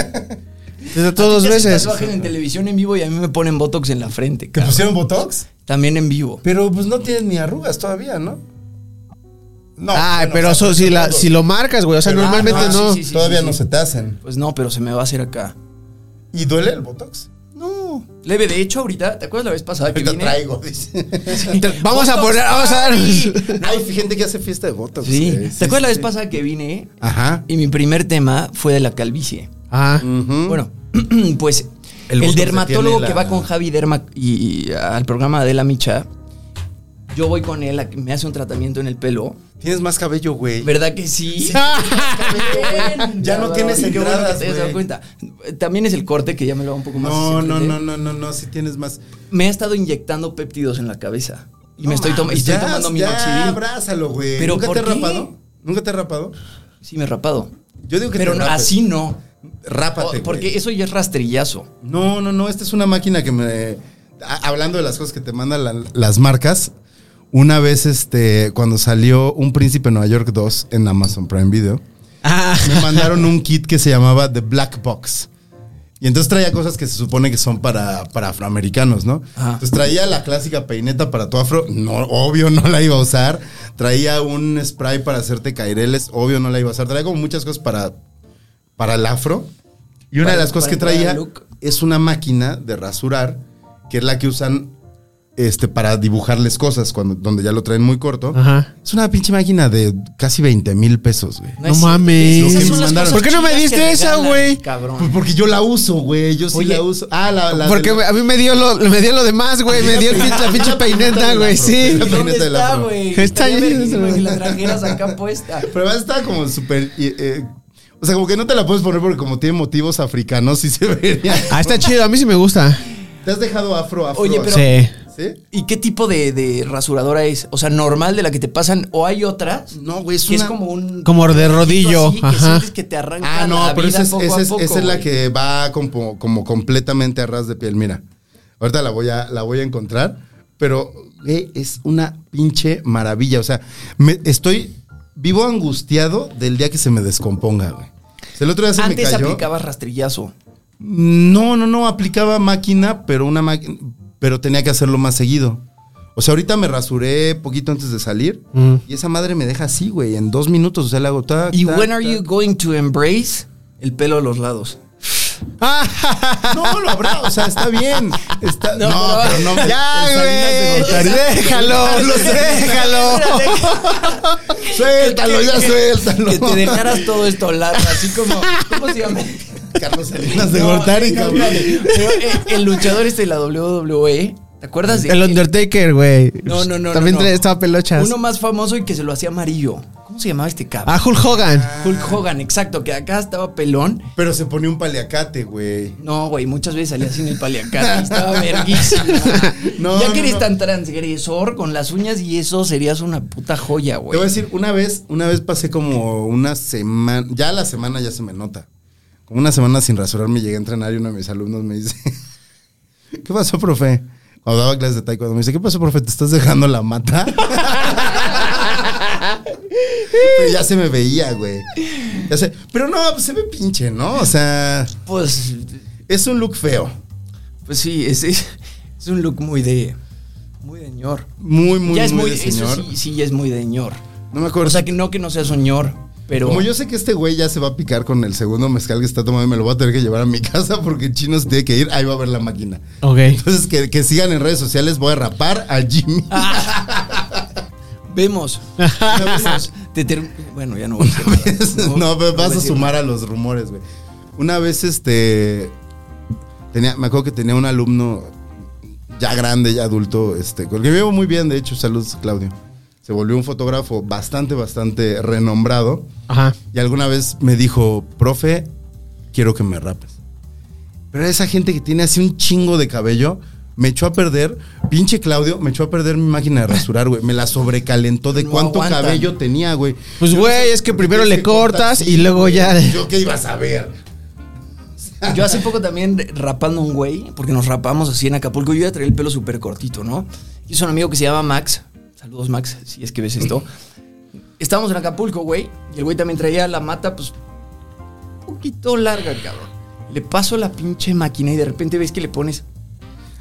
S7: Desde todas
S5: Te
S7: dos
S5: hacen
S7: veces.
S5: tatuajes en televisión en vivo y a mí me ponen botox en la frente.
S4: ¿Te
S5: cabrón.
S4: pusieron Botox?
S5: También en vivo.
S4: Pero pues no tienes ni arrugas todavía, ¿no? No.
S5: Ah,
S7: Ay,
S4: bueno,
S7: pero
S4: o sea,
S7: eso, si, la,
S4: todo.
S7: si lo marcas, güey. O sea,
S4: Pero-
S7: normalmente
S4: Ah, sí,
S7: no.
S4: sí, sí, Todavía
S5: sí,
S4: no
S5: sí.
S4: se te hacen.
S5: Pues no, pero se me va a hacer acá.
S4: ¿Y duele el botox?
S5: No. Leve, de hecho, ahorita, ¿te acuerdas la vez pasada que
S4: Ahorita
S5: vine?
S4: traigo, dice.
S7: Te- Vamos a poner, vamos a dar.
S4: Hay gente que hace fiesta de botox.
S5: Sí.
S4: güey.
S5: ¿Te acuerdas la vez
S4: sí.
S5: pasada que vine?
S4: Ajá.
S5: Y mi primer tema fue de la calvicie.
S7: Ah,
S4: Ujú.
S5: Bueno, pues
S4: El
S5: el,
S4: botox detiene
S5: dermatólogo
S4: la-
S5: que va con Javi Derma y, y al programa de la Micha, yo voy con él, a que me hace un tratamiento en el pelo.
S4: Tienes más cabello, güey.
S5: ¿Verdad que sí?
S4: Ya no tienes
S5: Qué bueno que
S4: entradas,
S5: te hayas dado
S4: güey.
S5: cuenta. También es el corte que ya me lo va un poco más.
S4: No,
S5: siempre
S4: no,
S5: te-
S4: no, no, no, no, si tienes más.
S5: Me ha estado inyectando péptidos en la cabeza. Y me estoy, tomando
S4: tomando
S5: y estoy tomando
S4: Ya,
S5: minoxidil.
S4: abrázalo, güey.
S5: Pero
S4: ¿Nunca
S5: ¿por
S4: te has
S5: qué?
S4: rapado? ¿Nunca te has rapado?
S5: Sí, me he rapado.
S4: Yo digo que
S5: Pero
S4: te
S5: no,
S4: rapes.
S5: así no.
S4: Rápate,
S5: O-
S4: güey.
S5: Porque eso ya es rastrillazo.
S4: No, no, no, esta es una máquina que me... a- hablando de las cosas que te mandan la- las marcas, una vez este, cuando salió Un Príncipe en Nueva York 2 en Amazon Prime Video,
S5: Ah.
S4: me mandaron un kit que se llamaba The Black Box. Y entonces traía cosas que se supone que son para, para afroamericanos, ¿no?
S5: Ajá.
S4: Entonces traía la clásica peineta para tu afro, no, obvio no la iba a usar. Traía un spray para hacerte caireles, obvio no la iba a usar. Traía como muchas cosas para, para el afro. Y una
S5: Para-
S4: de las cosas
S5: para
S4: que
S5: entrar al
S4: traía
S5: look.
S4: es una máquina de rasurar, que es la que usan este, para dibujarles cosas, cuando, donde ya lo traen muy corto.
S7: ajá.
S4: Es una pinche máquina de casi 20 mil pesos, güey.
S7: No
S5: es-
S7: mames.
S5: esas
S4: Lo que
S5: son
S4: me
S5: las
S4: mandaron.
S5: cosas
S7: ¿Por qué no me
S5: chidas
S7: diste
S5: que
S7: esa,
S5: regalan,
S7: güey?
S4: Pues
S5: Cabrón.
S4: porque yo la uso, güey. Yo sí
S5: Oye,
S4: la uso. Ah, la, la
S7: Porque
S4: de la-
S7: a mí me dio lo, me dio lo demás, güey. Me dio el pin- la pinche peineta, güey. Sí.
S4: La
S5: ¿Dónde
S4: peineta de la
S5: está,
S4: pro.
S5: güey?
S7: Está
S5: Estaría
S7: ahí,
S5: verguísima
S7: güey.
S5: que la trajeras acá puesta.
S4: Pero además está como súper. eh, eh, o sea, como que no te la puedes poner porque como tiene motivos africanos, sí se vería.
S7: Ah, está chido. A mí sí me gusta.
S4: Te has dejado afro, afro.
S5: Oye, pero-
S4: así?
S7: Sí.
S4: ¿Sí?
S5: ¿Y qué tipo de, de rasuradora es? O sea, normal de la que te pasan, o hay otras
S4: No, güey, es
S5: que
S4: una-
S5: es como un.
S7: Como de rodillo,
S5: así, que
S7: ajá.
S5: sientes que te arranca.
S4: Ah, no,
S5: la
S4: pero
S5: vida
S4: esa es,
S5: poco
S4: esa
S5: a
S4: es-
S5: poco,
S4: esa es la
S5: güey.
S4: que va como, como completamente a ras de piel. Mira, ahorita la voy a, la voy a encontrar, pero güey, es una pinche maravilla. O sea, me- estoy vivo angustiado del día que se me descomponga, güey. O sea, El otro día se
S5: Antes
S4: me cayó.
S5: aplicabas rastrillazo.
S4: No, no, no, aplicaba máquina, pero una máquina, pero tenía que hacerlo más seguido. O sea, ahorita me rasuré poquito antes de salir y esa madre me deja así, güey, en dos minutos. O sea, le hago ta,
S5: ¿Y
S4: ta,
S5: when are
S4: ta.
S5: you going to embrace el pelo a los lados?
S4: No, lo habrá, o sea, está bien. Está, no, pero no me.
S7: Ya,
S4: en
S7: güey.
S4: Salinas de Gortari.
S7: Déjalo, déjalo.
S4: Suéltalo, ya suéltalo.
S5: Que te dejaras todo esto largo, así como. ¿Cómo se llama?
S4: Carlos Salinas de
S5: No,
S4: Gortari,
S5: no,
S4: cabrón.
S5: pero, eh, el luchador este de la WWE, ¿te acuerdas de
S7: El Undertaker, güey.
S5: No, no, no.
S7: También
S5: no, no.
S7: trae- estaba pelochas.
S5: Uno más famoso y que se lo hacía amarillo. ¿Cómo se llamaba este cabrón?
S7: A Ah, Hulk Hogan.
S5: Hulk Hogan, exacto, que acá estaba pelón.
S4: Pero se ponía un paliacate, güey.
S5: No, güey, muchas veces salía sin el paliacate. Estaba verguísima.
S4: No,
S5: ya
S4: no,
S5: que eres
S4: no.
S5: tan transgresor con las uñas y eso, serías una puta joya,
S4: Te voy a
S5: güey.
S4: decir, una vez, una vez pasé como una semana, ya la semana ya se me nota. Como una semana sin rasurarme llegué a entrenar y uno de mis alumnos me dice, ¿qué pasó, profe? Cuando daba clases de taekwondo me dice, ¿qué pasó, profe? ¿Te estás dejando la mata? Pero ya se me veía, güey. Ya sé. Pero no, pues se ve pinche, ¿no? O sea,
S5: Pues,
S4: es un look feo.
S5: pues sí, es, es, es un look muy de. Muy de ñor.
S4: Muy, muy,
S5: ya es
S4: muy,
S5: muy,
S4: de
S5: eso
S4: señor.
S5: sí, sí, ya es muy de ñor.
S4: No me acuerdo.
S5: O sea, que no que no seas un ñor, pero.
S4: Como yo sé que este güey ya se va a picar con el segundo mezcal que está tomando y me lo voy a tener que llevar a mi casa porque el chino se tiene que ir, ahí va a ver la máquina.
S7: Ok.
S4: Entonces que, que sigan en redes sociales, voy a rapar a Jimmy.
S5: Vemos. vemos. Te ter- Bueno, ya no voy a decir nada.
S4: no, pero vas
S5: voy
S4: a
S5: decir
S4: sumar a los rumores, güey. Una vez, este. Tenía, me acuerdo que tenía un alumno ya grande, ya adulto, este, con el que vivo muy bien, de hecho, saludos, Claudio. Se volvió un fotógrafo bastante, bastante renombrado.
S7: Ajá.
S4: Y alguna vez me dijo, profe, quiero que me rapes. Pero esa gente que tiene así un chingo de cabello, me echó a perder, pinche Claudio, me echó a perder mi máquina de rasurar, güey. Me la sobrecalentó de
S5: No
S4: cuánto
S5: aguantan.
S4: cabello tenía, güey.
S7: Pues,
S4: Yo no
S7: güey,
S4: sé
S7: es que
S4: por qué
S7: primero
S4: tienes que
S7: le cortas
S4: cortar
S7: y
S4: así,
S7: luego
S4: güey.
S7: ya-
S4: Yo qué iba a saber.
S5: Yo hace poco también rapando a un güey, porque nos rapamos así en Acapulco, yo ya traía el pelo súper cortito, ¿no? Y es un amigo que se llama Max. Saludos, Max, si es que ves esto. Estábamos en Acapulco, güey, y el güey también traía la mata, pues, un poquito larga, cabrón. Le paso la pinche máquina y de repente ves que le pones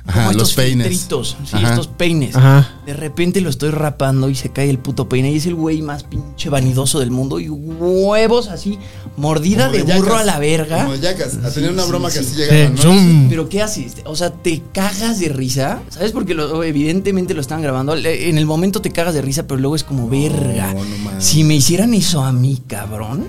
S4: Ajá,
S5: como
S4: los
S5: estos
S4: peines.
S5: filtritos, sí,
S4: Ajá.
S5: estos peines.
S7: Ajá.
S5: De repente lo estoy rapando y se cae el puto peine. Y es el güey más pinche vanidoso del mundo. Y huevos así, mordida
S4: Como
S5: de
S4: yacas.
S5: burro a la verga.
S4: Como de yacas. A tener una
S5: sí,
S4: broma que así
S5: sí.
S7: Eh,
S4: llegaba, ¿no?
S5: ¿Pero qué haces? O sea, te cagas de risa. ¿Sabes? Porque lo- evidentemente lo están grabando. Le- En el momento te cagas de risa, pero luego es como verga.
S4: no mames.
S5: si me hicieran eso a mí, cabrón.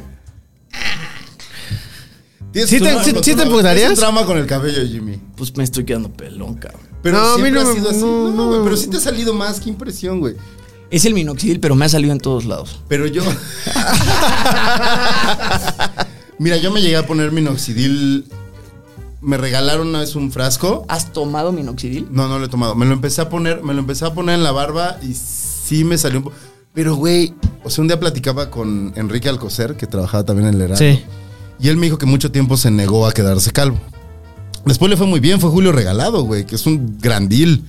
S4: Tienes
S7: ¿Sí
S4: un
S7: te-
S4: drama
S7: sí-
S4: con
S7: sí
S4: tu-
S7: te
S4: tienes
S7: emputarías?
S4: un drama con el cabello, Jimmy.
S5: Pues me estoy quedando pelón, cabrón.
S4: Pero
S7: No, a mí
S4: siempre
S7: no
S4: ha
S7: me-
S4: sido así.
S7: no,
S4: No,
S7: no.
S4: güey, pero sí te ha salido más. Qué impresión, güey.
S5: Es el minoxidil, pero me ha salido en todos lados.
S4: Pero yo. Mira, yo me llegué a poner minoxidil. Me regalaron una vez un frasco.
S5: ¿Has tomado minoxidil?
S4: No, no lo he tomado. Me lo empecé a poner, me lo empecé a poner en la barba y sí me salió un poco. Pero, güey, o sea, un día platicaba con Enrique Alcocer, que trabajaba también en el Heraldo.
S7: Sí.
S4: Y él me dijo que mucho tiempo se negó a quedarse calvo. Después le fue muy bien, fue Julio Regalado, güey, que es un gran deal.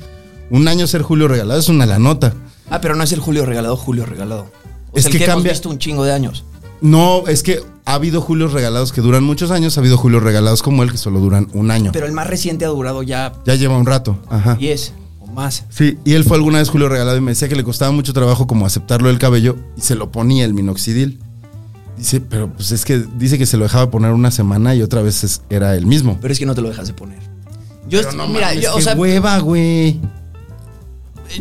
S4: Un año ser Julio Regalado es una la nota.
S5: Ah, pero no es el Julio regalado, Julio regalado. O
S4: Es
S5: sea, el
S4: que
S5: que,
S4: cambia-
S5: hemos visto un chingo de años.
S4: No, es que ha habido Julios regalados que duran muchos años, ha habido Julios regalados como él que solo duran un año.
S5: Pero el más reciente ha durado ya
S4: ya lleva un rato. Ajá.
S5: 10 o más.
S4: Sí, y él fue alguna vez Julio Regalado y me decía que le costaba mucho trabajo como aceptarlo del cabello y se lo ponía el minoxidil. Dice, pero pues es que dice que se lo dejaba poner una semana y otra vez es- era el mismo.
S5: Pero es que no te lo dejas de poner. Yo,
S4: Pero no
S5: mira,
S4: mames,
S5: yo, o
S4: qué
S5: sea,
S4: hueva, güey.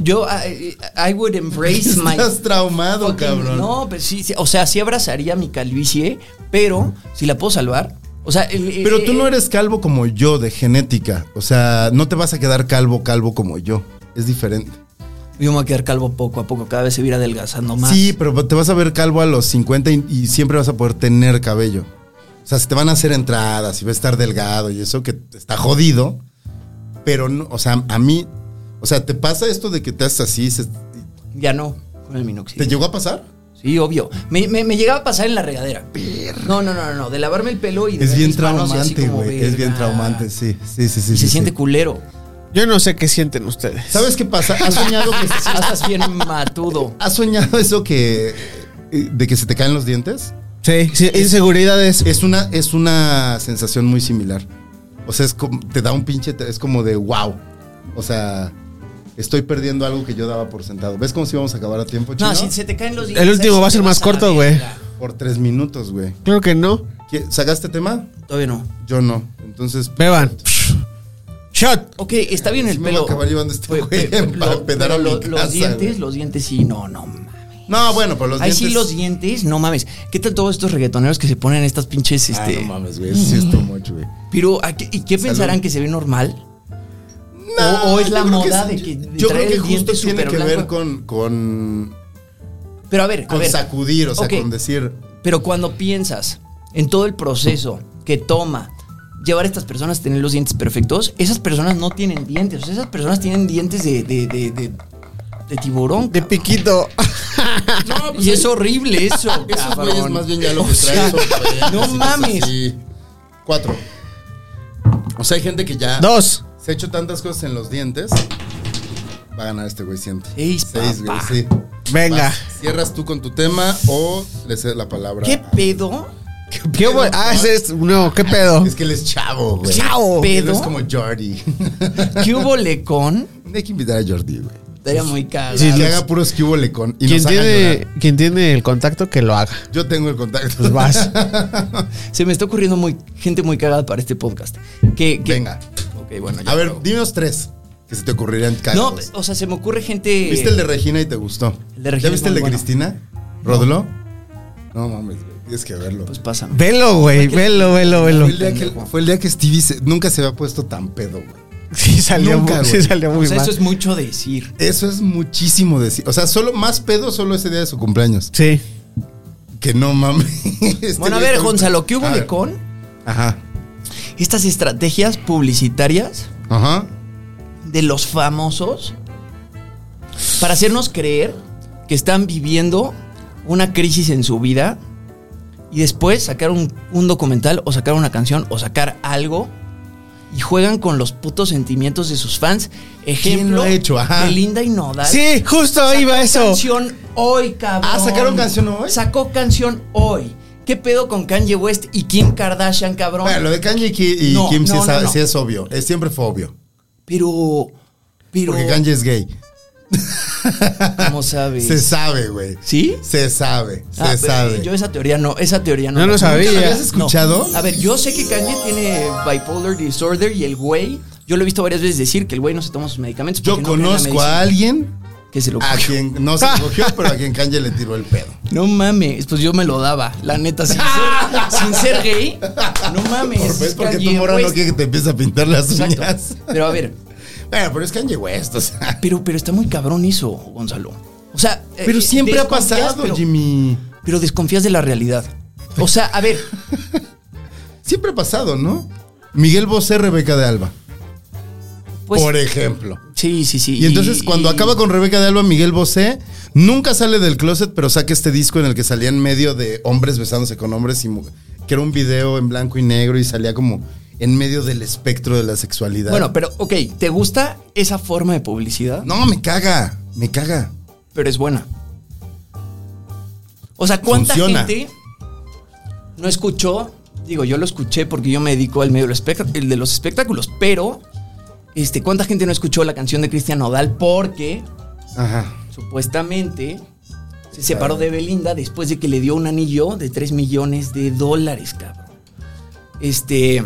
S5: yo, I, I would embrace my.
S4: Estás traumado,
S5: fucking-
S4: cabrón.
S5: No, pues sí, sí, o sea, sí abrazaría mi calvicie, pero si la puedo salvar. O sea, el- eh, el-
S4: Pero tú no
S5: el-
S4: eres calvo como yo de genética. O sea, no te vas a quedar calvo, calvo como yo. Es diferente.
S5: Yo me voy a quedar calvo poco a poco, cada vez se va a ir adelgazando más.
S4: Sí, pero te vas a ver calvo a los 50 y, y siempre vas a poder tener cabello. O sea, se te van a hacer entradas y va a estar delgado y eso que está jodido. Pero, no, o sea, a mí, o sea, ¿te pasa esto de que te haces así? Se-
S5: Ya no, con el
S4: ¿Te
S5: minoxidil.
S4: llegó a pasar?
S5: Sí, obvio. Me, me- me llegaba a pasar en la regadera. No, no, no, no, no, de lavarme el pelo y de
S4: Es
S5: ver
S4: bien
S5: mis manos así
S4: traumante,
S5: como,
S4: güey. Es bien
S5: verga.
S4: traumante, sí. Sí, sí, sí.
S5: Y
S4: sí,
S5: se siente
S4: sí.
S5: culero.
S7: Yo no sé qué sienten ustedes.
S4: ¿Sabes qué pasa? ¿Has soñado, que,
S5: Sí, Estás bien matudo.
S4: has soñado eso que... eh, de que se te caen los dientes?
S7: Sí, sí, inseguridades.
S4: Es una, es una sensación muy similar. O sea, es como- te da un pinche, es como de wow. O sea, estoy perdiendo algo que yo daba por sentado. ¿Ves cómo si vamos a acabar a tiempo, chino?
S5: No, si se te caen los dientes.
S7: El último
S5: ahí
S7: va a
S5: sí
S7: ser
S5: te
S7: más
S5: vas la
S7: corto, güey.
S5: verga.
S4: Por tres minutos, güey.
S7: Claro que no.
S4: ¿Qué- ¿Sacaste tema?
S5: Todavía no.
S4: Yo no. Entonces,
S7: Beban. Shot.
S5: Ok, está bien el
S4: Sí me voy a
S5: pelo.
S4: acabar llevando este
S5: Pe-
S4: güey
S5: pe-
S4: en-
S5: lo-
S4: a pedar
S5: pero
S4: a mi
S5: lo-
S4: casa,
S5: Los dientes,
S4: güey.
S5: los dientes sí, no, no mames.
S4: no, bueno, por los
S5: Ahí
S4: dientes.
S5: sí los dientes, no mames. ¿Qué tal todos estos reggaetoneros que se ponen estas pinches,
S4: Ah,
S5: este...
S4: no mames, güey. eso Sí, es
S5: Mm.
S4: too much, güey.
S5: Pero, ¿a qué- ¿y qué pensarán que se ve normal? o es
S4: yo
S5: la
S4: creo
S5: moda
S4: es-
S5: de que- de
S4: yo
S5: traer
S4: creo que
S5: el diente
S4: justo tiene que
S5: superblanco.
S4: ver con, con
S5: Pero a ver, a
S4: Con
S5: ver.
S4: sacudir, o sea,
S5: Ok.
S4: con decir.
S5: Pero cuando piensas en todo el proceso que toma llevar a estas personas a tener los dientes perfectos, esas personas no tienen dientes. O sea, esas personas tienen dientes de, de, de, de- de tiburón.
S3: De
S5: cabrón.
S3: piquito.
S5: No, pues, y es horrible eso.
S4: Esos
S5: cabrón.
S4: güeyes más bien ya lo que
S5: O sea,
S4: traen son güeyes,
S5: no
S4: así,
S5: mames.
S4: así. Cuatro. O sea, hay gente que ya
S3: Dos.
S4: se ha hecho tantas cosas en los dientes. Va a ganar este güey, siento.
S5: Seis,
S4: Seis, güey,
S5: papá.
S4: sí.
S3: Venga.
S4: Vas, cierras tú con tu tema o le cedes la palabra.
S5: ¿Qué pedo?
S3: ¿Qué hubo? Ah, ese es. No, ¿qué pedo?
S4: Es que él es chavo, güey.
S3: Chao.
S4: Él
S5: ¿Pedo?
S4: es como Jordi.
S5: ¿Qué hubo lecón?
S4: Hay que invitar a Jordi, güey.
S5: Estaría muy cagado.
S3: Sí,
S4: Que
S3: los-
S4: haga puros cubole con. Y
S3: Quien
S4: nos haga
S3: tiene,
S4: llorar.
S3: quien tiene el contacto, que lo haga.
S4: Yo tengo el contacto.
S3: Pues vas.
S5: Se me está ocurriendo muy, gente muy cagada para este podcast. Que, que-
S4: Venga.
S5: Ok, bueno, ya.
S4: A ver, dinos tres que se te ocurrirían
S5: No,
S4: cagados.
S5: o sea, se me ocurre gente.
S4: ¿Viste el de Regina y te gustó?
S5: El de Regina
S4: ¿Ya viste
S5: es
S4: el
S5: muy
S4: de
S5: bueno.
S4: Cristina? ¿Rodoló? No mames, güey. Tienes que verlo.
S5: Pues pásame.
S3: Velo, güey. Velo, velo,
S4: fue,
S3: velo.
S4: el día que, fue el día que Stevie se- nunca se había puesto tan pedo, güey.
S3: Sí salió,
S4: Nunca,
S3: muy- sí
S4: güey. Este
S3: salió
S5: O
S3: muy
S5: sea,
S3: mal.
S5: eso es mucho decir.
S4: Eso es muchísimo decir. O sea, solo más pedo solo ese día de su cumpleaños.
S3: Sí.
S4: Que no mames. Este
S5: Bueno, a
S4: güey
S5: ver,
S4: está-
S5: Gonzalo, ¿qué hubo
S4: A
S5: de
S4: ver.
S5: con
S4: Ajá.
S5: estas estrategias publicitarias
S4: Ajá.
S5: de los famosos para hacernos creer que están viviendo una crisis en su vida y después sacar un, un documental o sacar una canción o sacar algo y juegan con los putos sentimientos de sus fans?
S4: ¿Quién lo
S5: Ejemplo,
S4: ha hecho? Ajá.
S5: Belinda y Nodal.
S3: Sí, justo ahí va eso.
S5: canción hoy, cabrón.
S4: Ah, ¿sacaron canción hoy?
S5: Sacó canción hoy. ¿Qué pedo con Kanye West y Kim Kardashian, cabrón?
S4: Bueno, lo de Kanye y Ki- y
S5: No,
S4: Kim sí,
S5: no,
S4: es,
S5: no, no.
S4: sí es obvio. Eh, siempre fue obvio.
S5: Pero. Pero.
S4: Porque Kanye es gay.
S5: ¿Cómo sabes?
S4: Se sabe, güey.
S5: ¿Sí?
S4: Se sabe. Se
S5: Ah, pero, eh,
S4: sabe.
S5: Yo esa teoría no, esa teoría no.
S3: No
S5: la
S3: lo
S5: conozco.
S3: sabía.
S5: ¿Nunca la
S4: ¿Habías escuchado?
S5: No. A ver, yo sé que Kanye tiene bipolar disorder y el güey, yo lo he visto varias veces decir que el güey no se toma sus medicamentos.
S4: Yo
S5: porque no cree en la
S4: conozco
S5: medicina.
S4: a alguien
S5: Que se lo
S4: a quien no se cogió, pero a quien Kanye le tiró el pedo.
S5: No mames, pues yo me lo daba, la neta, sin ser, sin ser gay. No mames.
S4: Por-
S5: Pues es
S4: ¿Ves? Porque tu
S5: Kanye
S4: morra no
S5: West.
S4: quiere que te empieces a pintar las
S5: Exacto.
S4: uñas.
S5: Pero a ver,
S4: Bueno, pero es Kanye West, o sea.
S5: pero, pero está muy cabrón eso, Gonzalo. O sea, eh,
S4: Pero siempre ha
S5: desconfías,
S4: pasado,
S5: pero-
S4: Jimmy.
S5: Pero desconfías de la realidad. O sea, a ver,
S4: Siempre ha pasado, ¿no? Miguel Bosé, Rebeca de Alba,
S5: pues.
S4: por ejemplo.
S5: sí, sí, sí.
S4: Y entonces cuando
S5: y-
S4: acaba con Rebeca de Alba, Miguel Bosé nunca sale del closet, pero saca este disco en el que salía en medio de hombres besándose con hombres y mujeres, que era un video en blanco y negro y salía como en medio del espectro de la sexualidad.
S5: Bueno, pero, ok, ¿te gusta esa forma de publicidad?
S4: no, me caga, me caga.
S5: Pero es buena. O sea, ¿cuánta
S4: Funciona.
S5: gente no escuchó? Digo, yo lo escuché porque yo me dedico al medio del espect- el de los espectáculos, pero este, ¿cuánta gente no escuchó la canción de Cristian Nodal porque
S4: Ajá.
S5: supuestamente se separó de Belinda después de que le dio un anillo de 3 millones de dólares, cabrón? Este,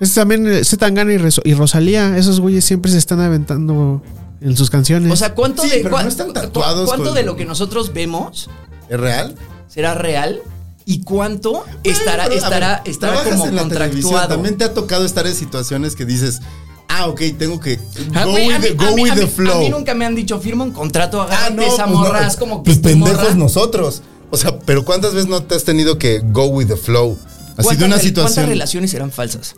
S3: Es también eh, Z Tangana y, Reso- y Rosalía. Esos güeyes siempre se están aventando en sus canciones.
S5: o sea, ¿cuánto
S4: Sí,
S5: de
S4: pero no
S5: cuán-
S4: están tatuados
S5: cuánto
S4: con-
S5: de lo que nosotros vemos
S4: ¿Es real?
S5: será real y cuánto estará,
S4: Pero, a
S5: estará,
S4: ver,
S5: estará
S4: trabajas
S5: como
S4: en la televisión,
S5: contractuado.
S4: También te ha tocado estar en situaciones que dices, ah, ok, tengo que
S5: Ah,
S4: go
S5: güey, a
S4: with the,
S5: mí-
S4: go
S5: a mí-
S4: with
S5: a
S4: the
S5: mí-
S4: flow.
S5: A mí nunca me han dicho, firma un contrato,
S4: Ah,
S5: agárrate
S4: no,
S5: esa
S4: pues
S5: morra,
S4: no,
S5: es como que
S4: pues
S5: esta
S4: pendejos
S5: morra-
S4: nosotros. O sea, pero ¿cuántas veces no te has tenido que go with the flow? Así de
S5: ¿Cuántas
S4: una
S5: rel-
S4: situación.
S5: ¿Cuántas relaciones eran falsas?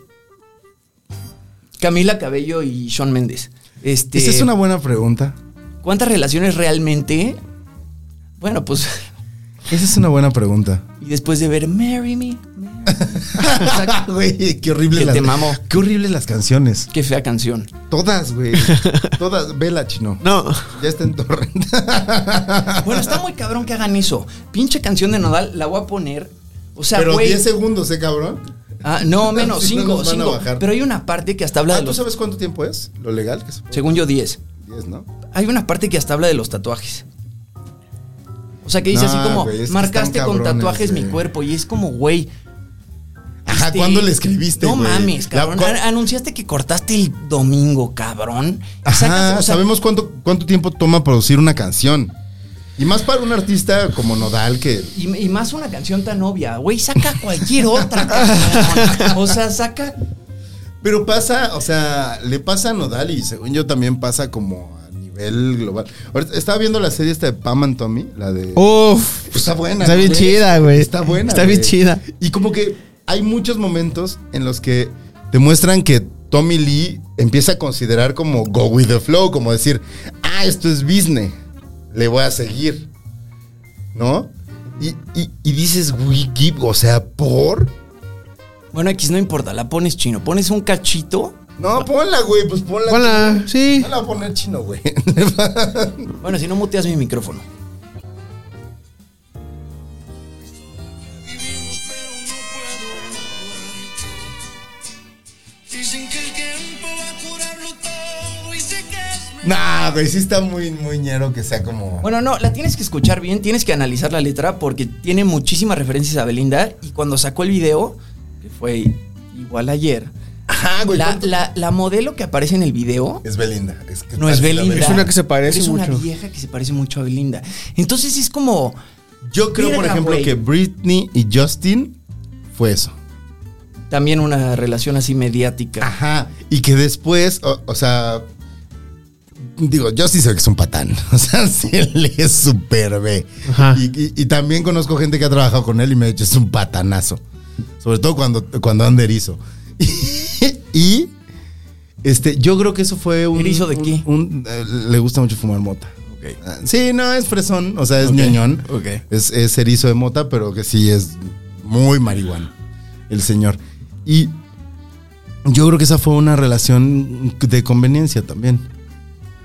S5: Camila Cabello y Sean Méndez. Este,
S4: Esa es una buena pregunta.
S5: ¿Cuántas relaciones realmente? Bueno, pues.
S4: Esa es una buena pregunta.
S5: Y después de ver Marry Me, Marry Me. O sea,
S4: Güey, qué horrible
S5: Que
S4: las
S5: te mamo.
S4: Qué horribles las canciones.
S5: qué fea canción.
S4: Todas, güey. Todas. Vela, chino.
S3: no.
S4: Ya está en torrent.
S5: Bueno, está muy cabrón que hagan eso. Pinche canción de Nodal, la voy a poner. O sea,
S4: pero
S5: güey.
S4: 10 segundos, ¿eh, cabrón?
S5: Ah, no, menos,
S4: Si no
S5: 5,
S4: nos van a bajar.
S5: Pero hay una parte que hasta habla
S4: Ah,
S5: de
S4: ¿tú
S5: los.
S4: sabes cuánto tiempo es? Lo legal que es.
S5: Según yo, 10.
S4: 10, ¿no?
S5: Hay una parte que hasta habla de los tatuajes. O sea, que dice
S4: Nah,
S5: así como,
S4: güey, es que
S5: marcaste
S4: están
S5: con
S4: cabrones,
S5: tatuajes mi
S4: güey".
S5: cuerpo. Y es como, güey.
S4: Ajá,
S5: este,
S4: ¿cuándo le escribiste,
S5: No
S4: güey?
S5: mames,
S4: La-
S5: cabrón.
S4: cua-
S5: An- Anunciaste que cortaste el domingo, cabrón.
S4: Ajá,
S5: Sacas- o sea,
S4: Ah, sabemos cuánto, cuánto tiempo toma producir una canción. Y más para un artista como Nodal que...
S5: Y, y más una canción tan obvia, güey. Saca cualquier otra, cabrón. O sea, saca.
S4: Pero pasa, o sea, le pasa a Nodal y según yo también pasa como a nivel nivel global. Ahorita estaba viendo la serie esta de Pam and Tommy, la de. Pues
S3: Uf.
S4: Está buena.
S3: Está bien
S4: güey.
S3: chida, güey.
S4: Está buena.
S3: Está bien
S4: güey.
S3: chida.
S4: Y como que hay muchos momentos en los que demuestran que Tommy Lee empieza a considerar como go with the flow, como decir, ah, esto es business, le voy a seguir. ¿No? Y, y- y dices, wiki, o sea, por.
S5: Bueno, X no importa, la pones chino. Pones un cachito.
S4: No, ponla, güey, pues ponla.
S3: Hola, sí.
S4: No la voy a poner chino, güey.
S5: Bueno, si no muteas mi micrófono.
S4: nah, güey, sí está muy muñero que sea como.
S5: Bueno, no, la tienes que escuchar bien, tienes que analizar la letra porque tiene muchísimas referencias a Belinda y cuando sacó el video, que fue igual ayer,
S4: Ajá, güey.
S5: la,
S4: ¿cuánto?
S5: la- la modelo que aparece en el video
S4: Es Belinda. Es que
S5: no es Belinda.
S3: Es una que se parece
S5: pero Es
S3: mucho.
S5: una vieja que se parece mucho a Belinda. Entonces es como...
S4: Yo creo, por
S5: Verga,
S4: ejemplo,
S5: güey.
S4: que Britney y Justin fue eso.
S5: También una relación así mediática.
S4: Ajá. Y que después, o, o sea. Digo, yo sí sé que es un patán. O sea, se le super ve.
S3: Ajá.
S4: Y, y- y también conozco gente que ha trabajado con él y me ha dicho, es un patanazo. Sobre todo cuando, cuando anda erizo. y este, yo creo que eso fue un.
S5: ¿Erizo de
S4: un-
S5: qué?
S4: un- eh, le gusta mucho fumar mota.
S5: Ok.
S4: Ah, Sí, no, es fresón. O sea, es ñoñón.
S5: ok.
S4: Es, es erizo de mota, pero que sí es muy marihuana el señor. Y yo creo que esa fue una relación de conveniencia también.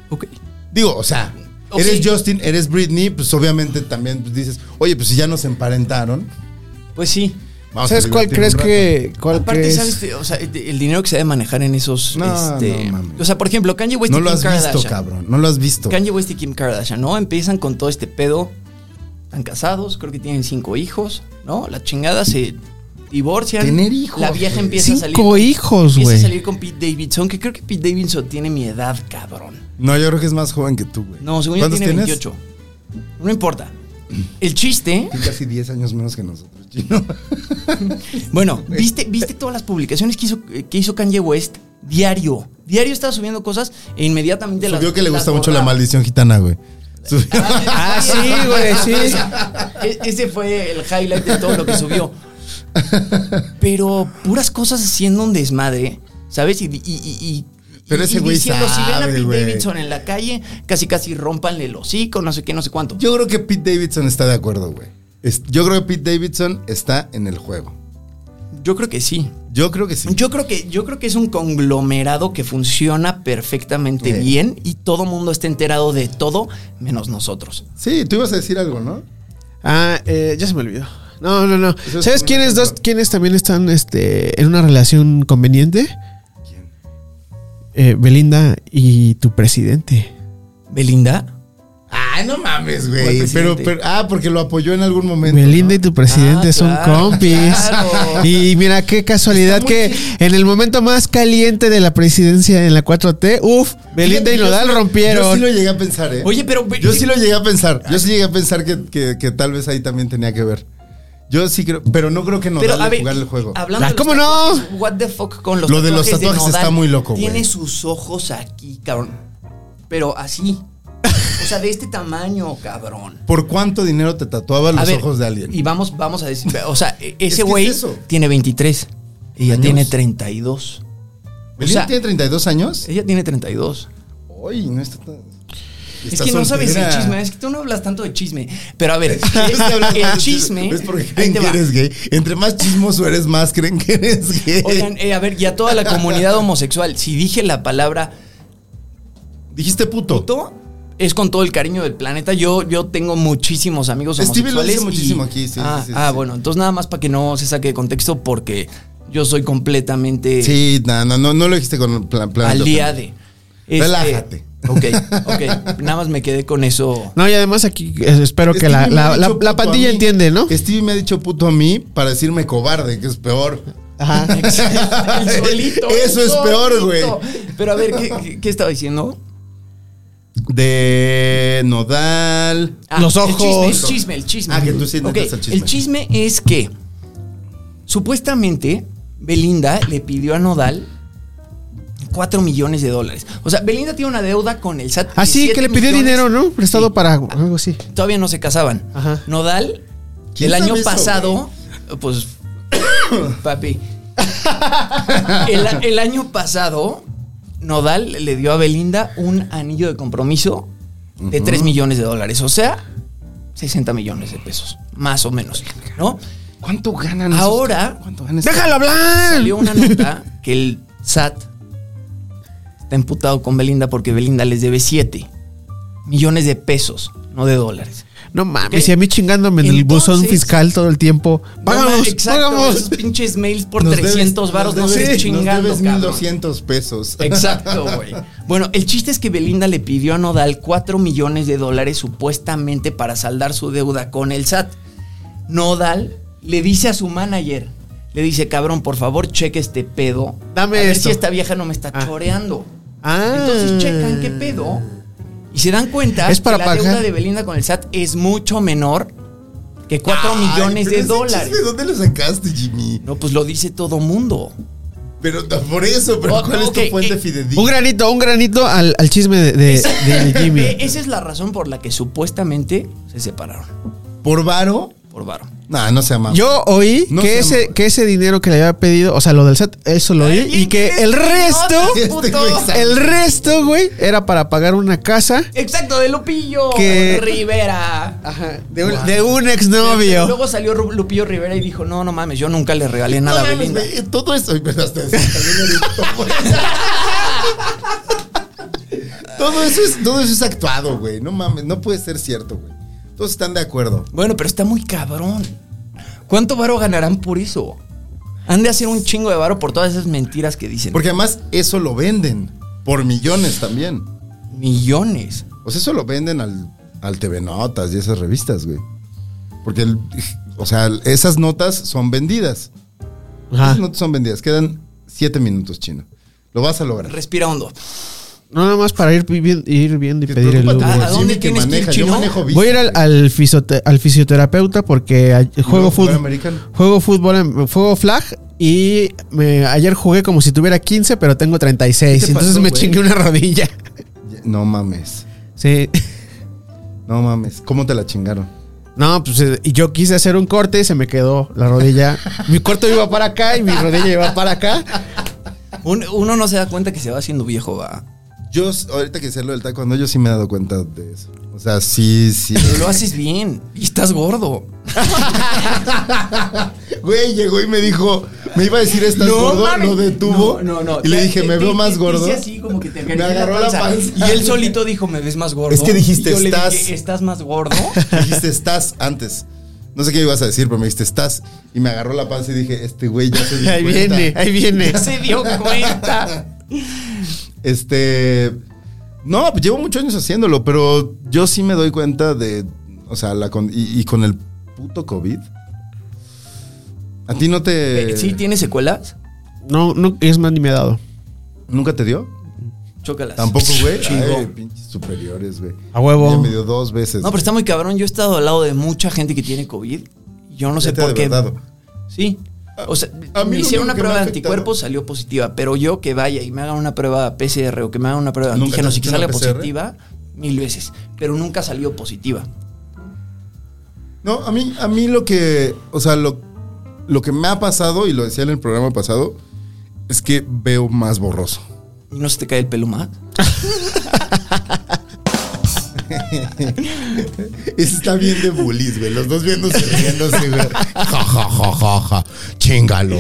S5: Ok.
S4: Digo, o sea,
S5: O
S4: eres
S5: Oh, sí.
S4: Justin, eres Britney, pues obviamente también pues, dices, oye, pues si ya nos emparentaron.
S5: Pues sí.
S4: vamos a
S3: ¿Sabes cuál crees
S4: divertirnos un rato".
S3: que.? ¿Cuál
S5: Aparte,
S3: crees?
S5: ¿sabes? te- O sea, el el dinero que se debe manejar en esos...
S4: No,
S5: este,
S4: no mames.
S5: o sea, por ejemplo, Kanye West
S4: No
S5: y
S4: lo
S5: Kim
S4: has
S5: Kardashian.
S4: visto, cabrón. No lo has visto.
S5: Kanye West y Kim Kardashian, ¿no? Empiezan con todo este pedo. Están casados, creo que tienen cinco hijos, ¿no? La chingada se divorcian.
S4: Tener hijos,
S5: La vieja
S4: güey.
S5: empieza a salir.
S3: Cinco hijos,
S5: Empieza a
S3: güey.
S5: salir con Pete Davidson, que creo que Pete Davidson tiene mi edad, cabrón.
S4: No, yo creo que es más joven que tú, güey.
S5: No, según yo
S4: ¿Cuántos
S5: tiene
S4: tienes?
S5: 28. No importa. El chiste,
S4: Tú Casi 10 años menos que nosotros, chino.
S5: bueno, ¿viste, viste todas las publicaciones que hizo, que hizo Kanye West? Diario. Diario estaba subiendo cosas e inmediatamente las.
S4: Subió que le
S5: las
S4: gusta mucho la
S5: borraba.
S4: maldición gitana, güey. Subió-
S3: Ah, sí, güey, sí.
S5: E- Ese fue el highlight de todo lo que subió. Pero puras cosas haciendo un desmadre, ¿sabes? Y, y- y- y-
S4: Pero
S5: y-
S4: ese
S5: y
S4: güey
S5: diciendo, si ven a
S4: sabe,
S5: Pete
S4: güey".
S5: Davidson en la calle, casi casi rompanle el hocico, no sé qué, no sé cuánto.
S4: Yo creo que Pete Davidson está de acuerdo, güey. Es- Yo creo que Pete Davidson está en el juego.
S5: Yo creo que sí.
S4: Yo creo que sí.
S5: Yo creo que, yo creo que es un conglomerado que funciona perfectamente
S4: Sí.
S5: bien y todo mundo está enterado de todo, menos nosotros.
S4: Sí, tú ibas a decir algo, ¿no?
S3: Ah, eh, ya se me olvidó. No, no, no.
S4: es
S3: ¿Sabes
S4: un
S3: quiénes
S4: ejemplo.
S3: dos, quiénes también están este, en una relación conveniente? Eh, Belinda y tu presidente.
S5: Belinda.
S4: Ah, no mames,
S5: ¿Cuál
S4: güey. Pero,
S5: presidente?
S4: pero- ah, porque lo apoyó en algún momento.
S3: Belinda y tu presidente
S5: Ah,
S3: son
S5: claro,
S3: compis.
S5: claro.
S3: Y mira qué casualidad que en el momento más caliente de la presidencia en la 4T, uff, Belinda y
S4: Yo sí
S3: Nodal
S4: lo- Yo sí
S3: rompieron.
S4: lo llegué a pensar, ¿eh?
S5: Oye, pero
S4: yo sí lo llegué a pensar. Yo sí llegué a pensar que, que- que tal vez ahí también tenía que ver. Yo sí creo, pero no creo que no
S5: Pero a ver,
S4: jugar el juego.
S5: hablando
S3: Ah,
S5: de los
S3: ¿cómo no?
S5: tatuajes, What the fuck con los
S4: Lo de los tatuajes
S5: Nodal.
S4: está muy loco, güey.
S5: Tiene sus ojos aquí, cabrón. Pero así. O sea, de este tamaño, cabrón.
S4: ¿Por cuánto dinero te tatuaba los
S5: A ver,
S4: ojos de alguien?
S5: Y vamos, vamos a decir, o sea, e-
S4: Es que
S5: ese
S4: es
S5: güey
S4: eso.
S5: tiene 23. Ella
S4: ¿Años?
S5: tiene 32.
S4: ¿Belinda
S5: o sea- Eh,
S4: tiene 32 años?
S5: Ella tiene 32.
S4: Uy, no está tan...
S5: es que no sabes el chisme, es que tú no hablas tanto de chisme. Pero a ver, este,
S4: Es que hablas
S5: el
S4: de
S5: chisme.
S4: Es porque
S5: ahí
S4: creen
S5: te
S4: que
S5: va.
S4: eres gay. Entre más chismoso eres, más creen que eres gay.
S5: Oigan, eh, a ver, y a toda la comunidad homosexual, si dije la palabra
S4: Dijiste puto.
S5: puto es con todo el cariño del planeta. Yo, yo tengo muchísimos amigos
S4: Stevie
S5: homosexuales.
S4: lo dice
S5: y-
S4: muchísimo aquí, sí,
S5: ah,
S4: sí, sí,
S5: ah,
S4: sí.
S5: bueno, entonces nada más para que no se saque de contexto porque yo soy completamente
S4: Sí, no, no, no, no lo dijiste con plan. plan
S5: al día de. Este,
S4: Relájate.
S5: Ok, ok. Nada más me quedé con eso.
S3: No, y además aquí eh, espero que la,
S4: Stevie me ha
S3: la, la-
S4: dicho
S3: la
S4: puto
S3: pandilla
S4: a mí.
S3: entiende, ¿no?
S4: Stevie me ha dicho puto a mí para decirme cobarde, que es peor.
S3: Ajá.
S5: El solito,
S4: Eso
S5: el
S4: es peor, güey.
S5: solito. Pero a ver, ¿qué, qué- qué estaba diciendo?
S4: De Nodal.
S5: Ah,
S3: Los
S5: el chisme,
S3: ojos.
S5: El chisme, el chisme.
S4: Ah, que tú sí intentas
S5: Ok,
S4: el chisme.
S5: El chisme es que supuestamente Belinda le pidió a Nodal 4 millones de dólares. O sea, Belinda tiene una deuda con el SAT. de
S7: Así
S5: 7
S7: Ah, que le pidió
S5: millones.
S7: dinero, ¿no? Prestado
S5: Sí.
S7: para algo así.
S5: Todavía no se casaban.
S7: Ajá.
S5: Nodal,
S4: ¿Quién
S5: el
S4: sabe
S5: año
S4: eso,
S5: pasado, pues, papi. El, a- el año pasado, Nodal le dio a Belinda un anillo de compromiso de 3 millones de dólares. O sea, 60 millones de pesos, más o menos, ¿no?
S8: ¿Cuánto ganan? esos-
S5: Ahora
S8: ¿Cuánto ganan? esos-
S7: ¡Déjalo hablar!
S5: salió una nota que el SAT está emputado con Belinda porque Belinda les debe 7 millones de pesos, no de dólares.
S7: No mames,
S5: Ok.
S7: y a mí chingándome en el
S5: Entonces-
S7: buzón fiscal todo el tiempo.
S5: No, ma-
S7: ¡Pagamos!
S5: exacto,
S7: ¡Pagamos!
S5: Esos pinches mails por
S4: Nos debes-
S5: 300 varos no
S4: nos
S5: sé,
S4: debes-
S5: chingando,
S4: Nos debes
S5: cabrón.
S4: 1200 pesos.
S5: Exacto, güey. Bueno, el chiste es que Belinda le pidió a Nodal 4 millones de dólares supuestamente para saldar su deuda con el SAT. Nodal le dice a su manager, le dice, cabrón, por favor, cheque este pedo.
S7: Dame
S5: a ver
S7: esto.
S5: si esta vieja no me está
S7: Ah.
S5: choreando.
S7: Ah.
S5: Entonces checan qué pedo. Y se dan cuenta
S7: Es para
S5: que la
S7: pagar.
S5: deuda de Belinda con el SAT es mucho menor que 4
S4: Ay,
S5: millones
S4: pero
S5: de
S4: ese
S5: dólares.
S4: chiste, ¿Dónde lo sacaste, Jimmy?
S5: No, pues lo dice todo mundo.
S4: Pero no, por eso, pero
S5: Oh,
S4: ¿cuál es
S5: ok,
S4: tu fuente
S5: eh,
S7: Un
S4: fidedigna?
S7: granito, un granito al, al chisme de, de- de
S5: Eh,
S7: Jimmy.
S5: Esa es la razón por la que supuestamente se separaron.
S4: ¿Por varo?
S5: Por varo.
S4: No, no se amaba.
S7: Yo oí
S4: No
S7: que,
S4: se
S7: ese,
S4: llama.
S7: que ese dinero que le había pedido, o sea, lo del set, eso lo oí. Y que el resto,
S4: Este güey sabe.
S7: el resto, güey, era para pagar una casa
S5: Exacto, de Lupillo
S7: Que-
S5: Rivera.
S7: de un, de un exnovio.
S5: Luego salió Ru- Lupillo Rivera y dijo, no, no mames, yo nunca le regalé
S4: No,
S5: nada a
S4: mames,
S5: Belinda.
S4: güey, todo eso. Ay, pero hasta- hasta bien ahorita, güey. todo, eso es, todo eso es actuado, güey. No mames, no puede ser cierto, güey. Todos están de acuerdo.
S5: Bueno, pero está muy cabrón. ¿Cuánto varo ganarán por eso? Han de hacer un chingo de varo por todas esas mentiras que dicen.
S4: Porque además eso lo venden por millones también.
S5: Millones.
S4: O sea, eso lo venden al, al TV Notas y esas revistas, güey. Porque, el- o sea, esas notas son vendidas.
S7: Ajá.
S4: Esas notas son vendidas. Quedan siete minutos, chino. Lo vas a lograr.
S5: Respira hondo.
S7: No, nada más para ir, vivi- ir viendo y
S4: Te
S7: pedir el
S4: preocupa
S7: Uber.
S4: tanto
S5: ¿A- a
S4: Jimmy
S5: dónde tienes que ir,
S4: maneja.
S5: chino?
S4: Yo manejo bici,
S7: Voy a ir al,
S4: güey.
S7: al fisiote- al fisioterapeuta porque a- juego
S4: luego jugar
S7: fútbol.
S4: americano?
S7: Juego fútbol, en- juego flag y me- ayer jugué como si tuviera 15, pero tengo 36.
S4: ¿Qué te
S7: Entonces
S4: pasó,
S7: me
S4: güey?
S7: chingué una rodilla.
S4: No mames.
S7: Sí.
S4: No mames. ¿Cómo te la chingaron?
S7: No, pues eh, y yo quise hacer un corte y se me quedó la rodilla. mi corte iba para acá y mi rodilla iba para acá.
S5: Un- uno no se da cuenta que se va haciendo viejo, va.
S4: Yo, s- ahorita que hice lo del taekwondo, yo sí me he dado cuenta de eso. O sea, sí, sí.
S5: Pero lo haces bien y estás gordo.
S4: Güey, llegó y me dijo, me iba a decir, ¿estás gordo? Lo detuvo.
S5: No, no, no.
S4: Y le
S5: Te-
S4: dije,
S5: te-
S4: ¿me veo
S5: te-
S4: más
S5: te
S4: gordo?
S5: hice así como que te acaricié
S4: Me agarró la panza.
S5: Y él solito dijo, ¿me ves más gordo?
S4: Es que dijiste,
S5: Y yo le dije,
S4: "Estás-"
S5: ¿estás más gordo?
S4: Dijiste, estás antes. No sé qué ibas a decir, pero me dijiste, estás. Y me agarró la panza y dije, este güey ya se dio
S7: Ahí
S4: cuenta.
S7: viene, ahí viene.
S5: Ya se dio cuenta.
S4: Este. No, pues llevo muchos años haciéndolo, pero yo sí me doy cuenta de. O sea, la con- y, y con el puto COVID. ¿A ti no te.
S5: Eh, ¿Sí tiene secuelas?
S7: No, no, es más ni me ha dado.
S4: ¿Nunca te dio?
S5: Chócalas.
S4: Tampoco, güey.
S5: Chingo.
S4: Ay, pinches superiores, güey.
S7: A huevo.
S4: Ya me dio dos veces.
S5: No, pero está muy cabrón. Yo he estado al lado de mucha gente que tiene COVID. Yo no sé por qué. Sí. O sea,
S4: A mí
S5: me
S4: lo único
S5: hicieron una
S4: que me
S5: prueba
S4: ha
S5: de
S4: afectado-
S5: anticuerpos, salió positiva. Pero yo que vaya y me hagan una prueba PCR o que me hagan una prueba de
S4: ¿Nunca te
S5: antígenos y
S4: has
S5: que
S4: hecho una
S5: salga
S4: PCR?
S5: positiva, mil veces. Pero nunca salió positiva.
S4: No, a mí, a mí lo que, o sea, lo, lo que me ha pasado, y lo decía en el programa pasado, es que veo más borroso.
S5: ¿Y no se te cae el pelo más?
S4: Está bien de bullies, güey. Los dos viéndose riéndose, güey. Ja, ja, ja, ja, ja. Chingalo.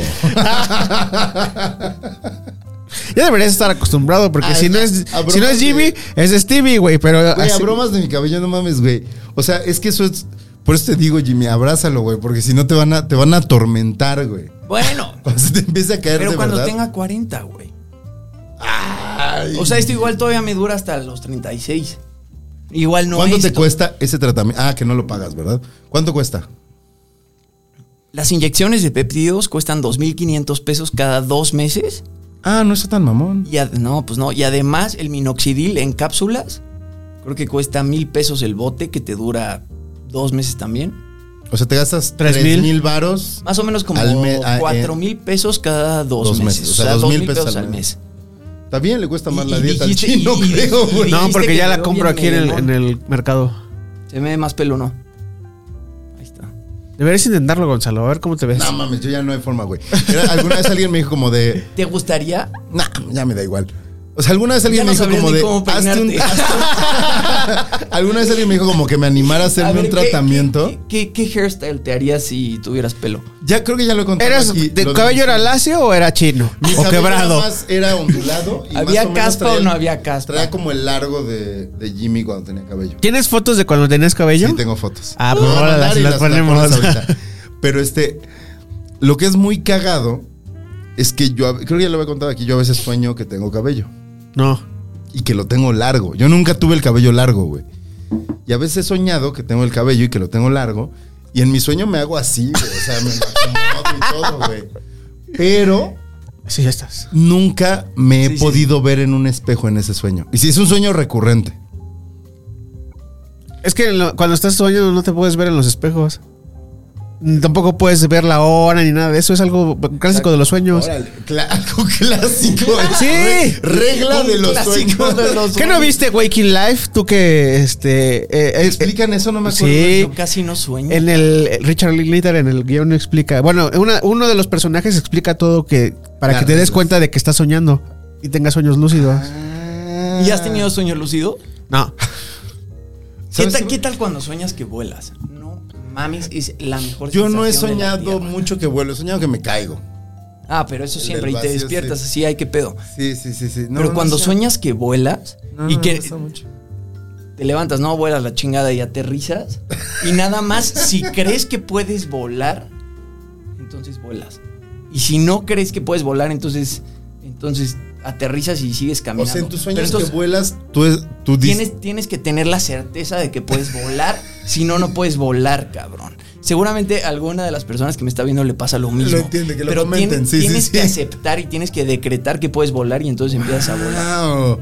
S7: Ya deberías estar acostumbrado porque
S4: Ah,
S7: si, no
S4: a-
S7: es,
S4: a
S7: si no es
S4: bromas de-
S7: Jimmy, es Stevie, güey. Pero
S4: Güey, a
S7: así-
S4: bromas de mi cabello, no mames, güey. O sea, es que eso es. Por eso te digo, Jimmy, abrázalo, güey, porque si no te van a, te van a atormentar, güey.
S5: Bueno.
S4: Cuando se te empieza a caer
S5: Pero
S4: de
S5: cuando
S4: verdad.
S5: tenga 40, güey.
S4: Ay.
S5: O sea, esto igual todavía me dura hasta los 36. Igual no
S4: ¿Cuánto
S5: es
S4: te cuesta ese tratamiento? Ah, que no lo pagas, ¿verdad? ¿Cuánto cuesta?
S5: Las inyecciones de péptidos cuestan 2.500 pesos cada dos meses.
S4: Ah, no está tan mamón.
S5: Y ad- no, pues no. Y además el minoxidil en cápsulas, creo que cuesta mil pesos el bote, que te dura dos meses también.
S4: O sea, te gastas
S7: Tres
S4: 3
S7: mil.
S4: mil varos.
S5: Más o menos como
S4: Al me- ah, eh. a-
S5: cuatro mil pesos cada dos, meses. O sea, dos mil pesos al mes.
S4: También le cuesta más
S5: Y-
S4: la
S5: y
S4: dieta
S5: dijiste-
S4: al chino,
S5: y- y-
S4: creo,
S5: y-
S4: güey.
S5: Dijiste
S3: No, porque
S5: que
S3: ya
S5: te
S3: la
S5: veo
S3: compro
S5: bien
S3: aquí en el,
S5: mamón.
S3: en el mercado.
S5: Se me ve más pelo, ¿no? Ahí está.
S3: Deberías intentarlo, Gonzalo, a ver cómo te ves.
S4: No mames, yo ya no hay forma, güey. Era- Alguna vez alguien me dijo como de.
S5: ¿Te gustaría?
S4: Nah, ya me da igual. O sea, alguna vez alguien
S5: Ya
S4: me
S5: no
S4: dijo
S5: sabrías
S4: como
S5: ni
S4: de.
S5: cómo
S4: "Hazte un- hazte
S5: peinarte".
S4: un- alguna vez alguien me dijo como que me animara a hacerme
S5: A ver,
S4: un
S5: ¿qué-
S4: tratamiento.
S5: ¿qué, qué, qué hairstyle te harías si tuvieras pelo?
S4: Ya creo que ya lo he contado.
S3: ¿Eras
S4: aquí,
S3: de
S4: lo-
S3: cabello era lacio o era chino?
S4: Mi
S3: o
S4: cabello
S3: quebrado.
S4: nada más era ondulado. Y
S5: ¿Había
S4: más o menos
S5: caspa
S4: traía-
S5: o no había caspa?
S4: Traía como el largo de, de Jimmy cuando tenía cabello.
S3: ¿Tienes fotos de cuando tenías cabello?
S4: Sí, tengo fotos.
S3: Ah,
S4: Te
S3: pues
S4: voy a
S3: ahora
S4: mandar
S3: las-
S4: y
S3: las ponemos.
S4: pones ahorita. Pero este, lo que es muy cagado es que yo, a- creo que ya lo había contado aquí, yo a veces sueño que tengo cabello
S3: No.
S4: y que lo tengo largo. Yo nunca tuve el cabello largo, güey. Y a veces he soñado que tengo el cabello y que lo tengo largo. Y en mi sueño me hago así, güey. O sea, me lo acomodo y todo, güey. Pero
S3: Sí, ya estás.
S4: nunca me he
S5: Sí, sí.
S4: podido ver en un espejo en ese sueño. Y si es un sueño recurrente.
S3: Es que en lo- cuando estás soñando no te puedes ver en los espejos. Mm, Tampoco puedes ver la hora ni nada de eso. Es algo clásico de los sueños.
S4: Órale, cla- algo clásico.
S3: Sí.
S4: Re- regla
S5: Un
S4: de los
S5: clásico
S4: sueños.
S5: de los
S3: ¿Qué no viste Waking Life? Tú que, este... eh, eh,
S4: Explican eso, no me acuerdo.
S3: sí.
S5: Yo casi no sueño.
S3: En el eh, Richard Linklater en el guión explica, bueno, una- uno de los personajes explica todo que para
S4: Las
S3: que te des
S4: reglas.
S3: cuenta de que estás soñando y tengas sueños lúcidos.
S5: ¿Y has tenido sueño lúcido?
S3: No.
S5: ¿Qué
S4: Ah. ¿Sabes
S5: tal,
S4: qué?
S5: qué tal cuando sueñas que vuelas? No mames, es la mejor
S4: Yo no he
S5: sensación de la
S4: soñado
S5: tierra.
S4: mucho que vuelo, he soñado que me caigo.
S5: Ah, pero eso
S4: El
S5: siempre.
S4: del
S5: Y te
S4: vacío,
S5: despiertas
S4: sí.
S5: así, ay, qué pedo.
S4: Sí, sí, sí, sí. No,
S5: pero
S4: no,
S5: cuando
S4: sí.
S5: sueñas que vuelas
S4: No,
S5: y
S4: no,
S5: que
S4: me pasa mucho.
S5: te levantas, no vuelas la chingada y aterrizas. Y nada más, si crees que puedes volar, entonces vuelas. Y si no crees que puedes volar, entonces, entonces aterrizas y sigues
S4: O
S5: caminando.
S4: sea, en tus
S5: Pero
S4: sueños
S5: entonces,
S4: que vuelas, tú, es- tú dices.
S5: Tienes, tienes que tener la certeza de que puedes volar. si no, no puedes volar, cabrón. Seguramente a alguna de las personas que me está viendo le pasa lo mismo.
S4: Lo entiende, que lo
S5: pero
S4: comenten,
S5: tienes-
S4: sí, sí,
S5: tienes
S4: sí.
S5: que aceptar y tienes que decretar que puedes volar y entonces empiezas a volar.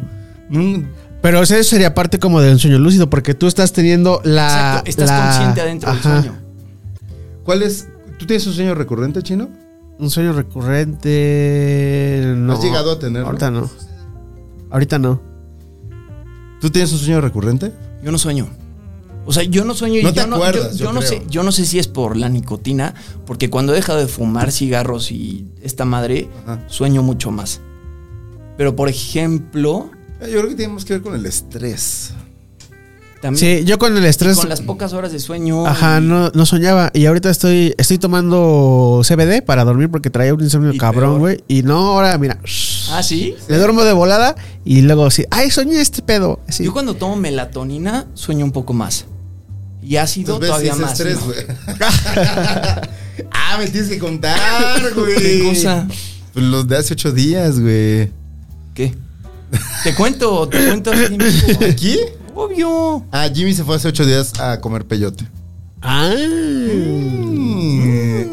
S4: Wow. Mm,
S3: Pero o sea, eso sería parte como del sueño lúcido porque tú estás teniendo la...
S4: Ah,
S5: Exacto, estás
S3: la-
S5: consciente adentro
S3: Ajá.
S5: del sueño.
S4: ¿Cuál es? ¿Tú tienes un sueño recurrente, chino?
S3: Un sueño recurrente... No.
S4: ¿Has llegado a tenerlo?
S3: Ahorita no. Ahorita no.
S4: ¿Tú tienes un sueño recurrente?
S5: Yo no sueño. O sea, yo no sueño y
S4: No te
S5: yo no,
S4: acuerdas,
S5: yo- yo
S4: yo
S5: no
S4: creo.
S5: sé, yo no sé si es por la nicotina, porque cuando he dejado de fumar cigarros y esta madre,
S4: Ajá.
S5: sueño mucho más. Pero por ejemplo,
S4: Eh, Yo creo que tiene más que ver con el estrés.
S5: también
S3: Sí, yo con el estrés...
S5: con las pocas horas de sueño.
S3: Ajá,
S5: y-
S3: no, no soñaba. Y ahorita estoy, estoy tomando CBD para dormir porque traía un insomnio
S5: Y
S3: cabrón,
S5: peor.
S3: güey. Y no, ahora, mira.
S5: Ah, sí.
S3: Le duermo de volada y luego sí. Ay, soñé este pedo. Así.
S5: Yo cuando tomo melatonina sueño un poco más. Y ácido
S4: Entonces,
S5: todavía
S4: Pues ves, sí es
S5: más.
S4: estrés,
S5: ¿no?
S4: güey. ah, me tienes que contar, güey.
S5: ¿Qué cosa?
S4: Pues los de hace ocho días, güey.
S5: ¿Qué? Te cuento, te cuento. así en vivo.
S4: ¿Aquí?
S5: Obvio.
S4: Ah, Jimmy se fue hace ocho días a comer peyote.
S3: Ah.
S4: Mm.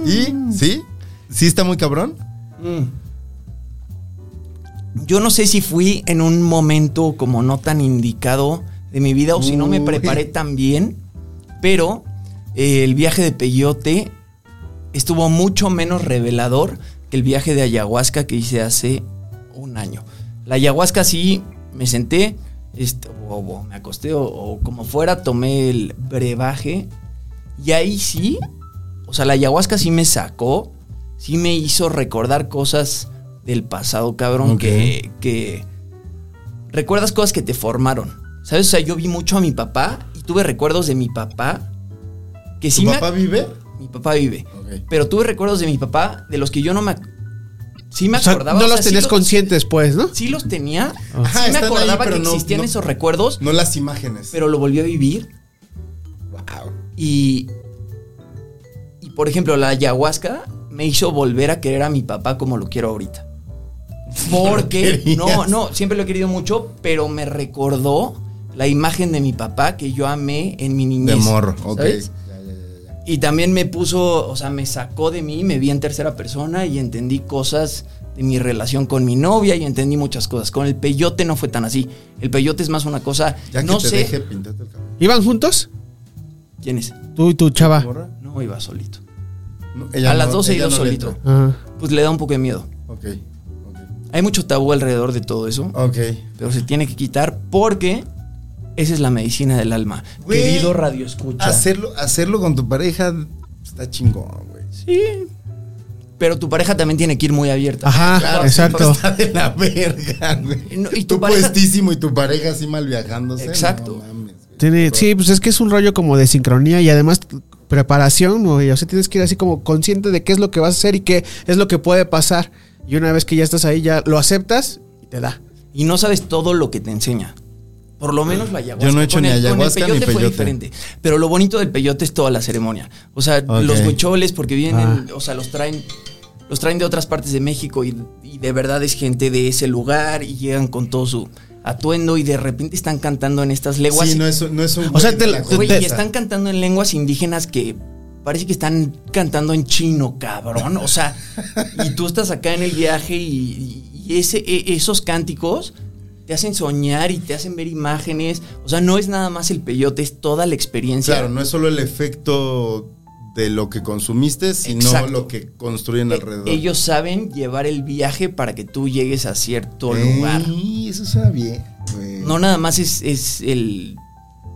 S4: ¿Y? ¿Sí? ¿Sí está muy cabrón?
S5: Yo no sé si fui en un momento como no tan indicado de mi vida o si no me
S4: Uy.
S5: preparé tan bien, pero eh, el viaje de Peyote estuvo mucho menos revelador que el viaje de ayahuasca que hice hace un año. La ayahuasca sí me senté, este, o, o me acosté o, o como fuera, tomé el brebaje y ahí sí, o sea, la ayahuasca sí me sacó, sí me hizo recordar cosas del pasado, cabrón,
S4: Ok.
S5: que, que recuerdas cosas que te formaron. ¿Sabes? O sea, yo vi mucho a mi papá y tuve recuerdos de mi papá que sí
S4: ¿Tu
S5: me
S4: papá vive?
S5: mi papá vive.
S4: Ok.
S5: Pero tuve recuerdos de mi papá de los que yo no me. ac- Sí me
S3: O sea,
S5: acordaba.
S3: no
S5: o sea,
S3: los
S5: sí
S3: tenías
S5: lo-
S3: conscientes, pues, ¿no?
S5: Sí los tenía.
S4: Ajá,
S5: sí me
S4: Ah, están ahí,
S5: acordaba
S4: pero
S5: que
S4: no-
S5: existían
S4: no-
S5: esos recuerdos,
S4: No las imágenes.
S5: pero lo volví a vivir. Y. Y por ejemplo, la ayahuasca me hizo volver a querer a mi papá como lo quiero ahorita. Porque.
S4: querías.
S5: No, no, siempre lo he querido mucho, pero me recordó la imagen de mi papá que yo amé en mi
S4: De
S5: niñez.
S4: morro, ok.
S5: ¿sabes? Y también me puso, o sea, me sacó de mí, me vi en tercera persona y entendí cosas de mi relación con mi novia y entendí muchas cosas. Con el peyote no fue tan así. El peyote es más una cosa,
S4: Ya
S5: no
S4: que te
S5: sé
S4: deje pintarte el cabello.
S3: ¿Iban juntos?
S5: quién es.
S3: Tú y tu chava.
S4: ¿Morra?
S5: No iba solito.
S4: No, ella
S5: a las
S4: no,
S5: 12 he
S4: ella
S5: ido
S4: no le
S5: solito.
S4: entra.
S3: Ajá.
S5: Pues le da un poco de miedo.
S4: Ok. ok.
S5: Hay mucho tabú alrededor de todo eso,
S4: Ok.
S5: pero se tiene que quitar porque esa es la medicina del alma.
S4: Güey,
S5: Querido Radio Escucha.
S4: Hacerlo, hacerlo con tu pareja está chingón, güey.
S5: Sí. Pero tu pareja también tiene que ir muy abierta.
S7: Ajá, exacto.
S4: Ah, Está de la verga, güey.
S5: No, y tu
S4: tú
S5: pareja-
S4: puestísimo y tu pareja así mal viajándose.
S5: Exacto.
S4: No mames, güey.
S7: Tiene- sí, pues es que es un rollo como de sincronía y además preparación, güey. O sea, tienes que ir así como consciente de qué es lo que vas a hacer y qué es lo que puede pasar. Y una vez que ya estás ahí, ya lo aceptas y te da.
S5: Y no sabes todo lo que te enseña. Por lo menos la ayahuasca.
S4: Yo no he hecho
S5: Con
S4: ni
S5: el- con
S4: ayahuasca
S5: el
S4: ni
S5: peyote fue
S4: peyote.
S5: diferente. Pero lo bonito del peyote es toda la ceremonia. O sea,
S4: Ok.
S5: los huicholes, porque vienen,
S7: Ah.
S5: o sea, los traen. Los traen de otras partes de México y, y de verdad es gente de ese lugar y llegan con todo su atuendo y de repente están cantando en estas lenguas.
S4: Sí, no es, no es un.
S7: O sea,
S4: güey
S7: te
S4: de
S7: la-
S4: la
S5: Güey,
S4: costa.
S5: y están cantando en lenguas indígenas que parece que están cantando en chino, cabrón. O sea, y tú estás acá en el viaje y, y ese, e- esos cánticos te hacen soñar y te hacen ver imágenes. O sea, no es nada más el peyote, es toda la experiencia.
S4: Claro, no es solo el efecto de lo que consumiste, sino
S5: Exacto.
S4: lo que construyen
S5: E-
S4: alrededor.
S5: Ellos saben llevar el viaje para que tú llegues a cierto
S4: Ey,
S5: lugar.
S4: Eso suena bien. güey.
S5: No nada más es, es el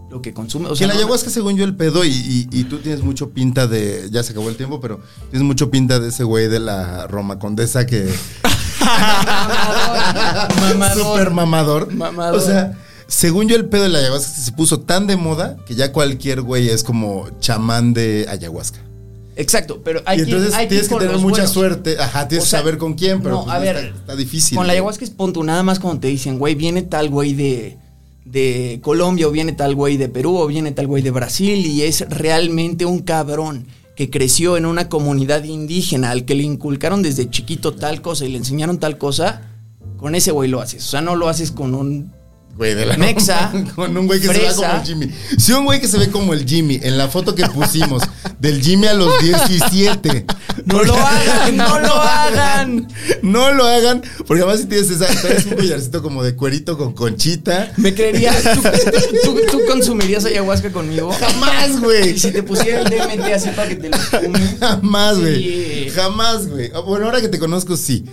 S5: lo que consume. O
S4: que
S5: sea,
S4: la
S5: no-
S4: ayahuasca, según yo, el pedo, y, y- y tú tienes mucho pinta de. Ya se acabó el tiempo, pero tienes mucho pinta de ese güey de la Roma Condesa que.
S5: Mamador.
S4: Super mamador.
S5: Mamador.
S4: O sea, según yo, el pedo de la ayahuasca se puso tan de moda que ya cualquier güey es como chamán de ayahuasca.
S5: Exacto, pero hay
S4: y
S5: que ir-
S4: entonces
S5: hay que ir
S4: tienes que
S5: con
S4: tener
S5: los
S4: mucha
S5: buenos.
S4: suerte. Ajá, tienes
S5: O sea,
S4: que saber con quién, pero
S5: no,
S4: pues
S5: a
S4: no
S5: ver,
S4: está, está difícil. ¿eh?
S5: Con la
S4: güey.
S5: ayahuasca es punto, nada más cuando te dicen, güey, viene tal güey de, de Colombia, o viene tal güey de Perú, o viene tal güey de Brasil, y es realmente un cabrón que creció en una comunidad indígena al que le inculcaron desde chiquito tal cosa y le enseñaron tal cosa, con ese güey lo haces. O sea, no lo haces con un
S4: Güey, de la
S5: Mexa,
S4: Con un güey que se ve
S5: fresa.
S4: como el Jimmy. Si un güey que se ve como el Jimmy en la foto que pusimos del Jimmy a los 17.
S5: ¡No lo hagan! ¡No lo hagan!
S4: No lo hagan. Porque además si tienes esa, traes un collarcito como de cuerito con conchita.
S5: ¿Me creerías? ¿Tú, tú- tú consumirías ayahuasca conmigo?
S4: Jamás,
S5: Y
S4: güey.
S5: si te pusiera el DMT así para que te lo fumes.
S4: Jamás,
S5: Sí.
S4: güey. Jamás, güey. Ah, Bueno, ahora que te conozco, sí.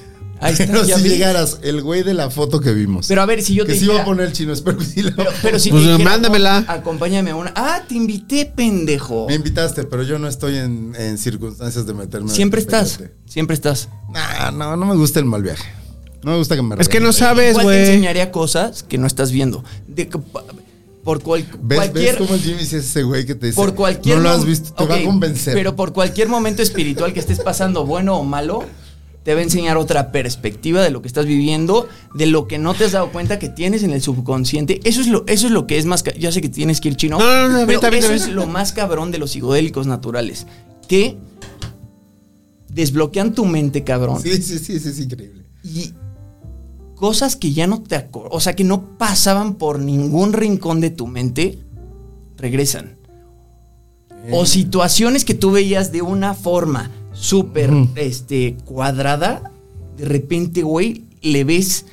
S5: Ahí está,
S4: Pero
S5: ya
S4: si
S5: vi.
S4: llegaras, el güey de la foto que vimos.
S5: Pero a ver, si yo te
S4: que sí iba
S5: dijera-
S4: a poner el chino, espero que sí la
S5: Pero, pero si
S7: Pues,
S5: te dijera,
S7: mándamela.
S5: "No, acompáñame a una. Ah, te invité, pendejo.
S4: Me invitaste, pero yo no estoy en, en circunstancias de meterme.
S5: Siempre
S4: en
S5: estás.
S4: peyote.
S5: Siempre estás.
S4: Nah, no, no me gusta el mal viaje. No me gusta que me
S7: Es que no
S4: regañen.
S7: sabes,
S5: Igual te
S7: güey.
S5: enseñaría cosas que no estás viendo. De que pa- por cual-
S4: ¿Ves,
S5: cualquier.
S4: ¿Ves cómo el Jimmy es ese güey que te dice?
S5: por cualquier
S4: No lo has
S5: mom-
S4: visto, te va
S5: Ok,
S4: a convencer.
S5: Pero por cualquier momento espiritual que estés pasando, bueno o malo, te va a enseñar otra perspectiva de lo que estás viviendo, de lo que no te has dado cuenta que tienes en el subconsciente. Eso es lo, eso es lo que es más. ca- Ya sé que tienes que ir chino.
S7: No, no, no,
S5: pero
S7: vete, vete,
S5: eso
S7: vete.
S5: es lo más cabrón de los psicodélicos naturales. Que desbloquean tu mente, cabrón.
S4: Sí, sí, sí, sí, es increíble.
S5: Y cosas que ya no te acuerdas, o sea, que no pasaban por ningún rincón de tu mente, regresan.
S7: Eh.
S5: O situaciones que tú veías de una forma súper este, cuadrada, de repente, güey, le ves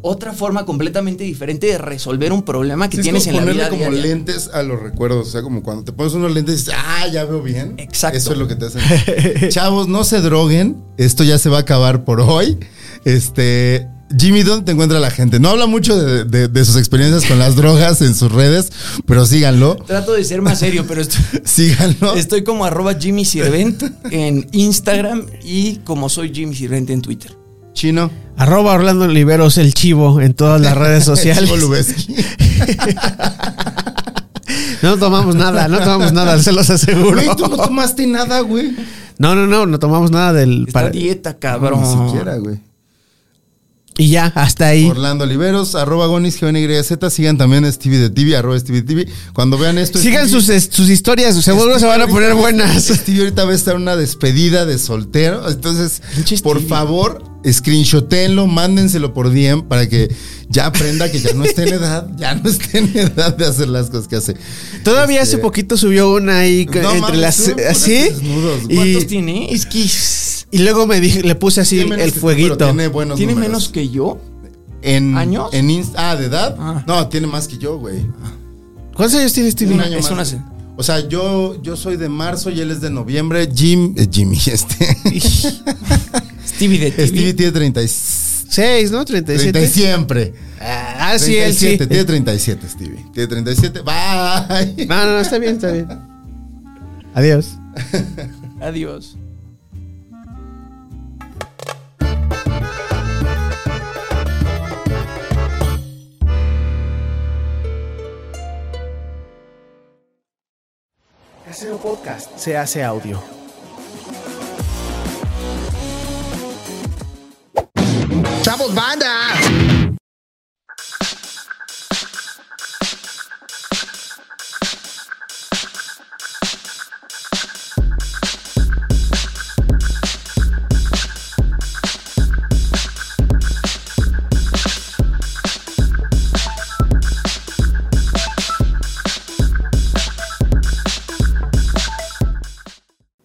S5: otra forma completamente diferente de resolver un problema que
S4: Sí, es
S5: tienes en
S4: como
S5: la
S4: ponerle
S5: vida.
S4: como
S5: diaria.
S4: lentes a los recuerdos. O sea, como cuando te pones unos lentes y dices, ah, ya veo bien.
S5: Exacto.
S4: Eso es lo que te hacen. Chavos, no se droguen. Esto ya se va a acabar por hoy. Este. Jimmy, ¿dónde te encuentra la gente? No habla mucho de, de- de sus experiencias con las drogas en sus redes, pero síganlo.
S5: Trato de ser más serio, pero esto-
S4: Síganlo.
S5: estoy como arroba Jimmy Sirvent en Instagram y como soy Jimmy Sirvent en Twitter.
S4: Chino.
S7: Arroba Orlando Oliveros el chivo en todas las redes sociales.
S4: Chivo Lubeski.
S7: No tomamos nada, no tomamos nada, se los aseguro.
S4: Güey, tú no tomaste nada, güey.
S7: No, no, no, no tomamos nada del...
S5: Está
S7: para-
S5: dieta, cabrón.
S4: Ni siquiera, güey.
S7: y ya, hasta ahí.
S4: Orlando Oliveros, arroba Gonis, GNYZ. Sigan también a Stevie de TV, arroba Stevie de TV. Cuando vean esto.
S7: Sigan
S4: Stevie-
S7: sus, sus historias, seguro se van a poner buenas.
S4: Stevie ahorita va a estar en una despedida de soltero. Entonces,
S5: Pinche
S4: por
S5: Stevie.
S4: favor, screenshotenlo, mándenselo por DM para que ya aprenda que ya no está en edad, ya no está en edad de hacer las cosas que hace.
S7: Todavía
S4: Este,
S7: hace poquito subió una ahí
S4: No
S7: que- entre
S4: mames,
S7: las
S4: tú me pones
S7: así
S4: desnudos, güey.
S7: y,
S5: ¿Cuántos tiene? Es que
S7: y luego me dije, le puse así
S4: tiene menos
S7: el
S4: que tú,
S7: fueguito.
S4: pero Tiene, buenos
S5: tiene
S4: números.
S5: menos que yo.
S4: En,
S5: ¿Años?
S4: En Insta, ah, de edad.
S5: Ah.
S4: No, tiene más que yo, güey.
S7: ¿Cuántos años tiene Stevie?
S4: Un año
S5: es
S4: más.
S5: una se-
S4: O sea, yo, yo soy de marzo y él es de noviembre. Jim, eh, Jimmy, este.
S5: Stevie de TV.
S4: Stevie tiene 30 y-
S7: 36, ¿no? 37.
S9: 30 y siempre.
S7: Ah, sí, él sí.
S9: 37, Tiene 37, Stevie. Tiene 37. Bye.
S7: No, no, no, está bien, está bien. Adiós.
S5: Adiós.
S10: Casero Podcast se hace audio. ¡Chavos, banda!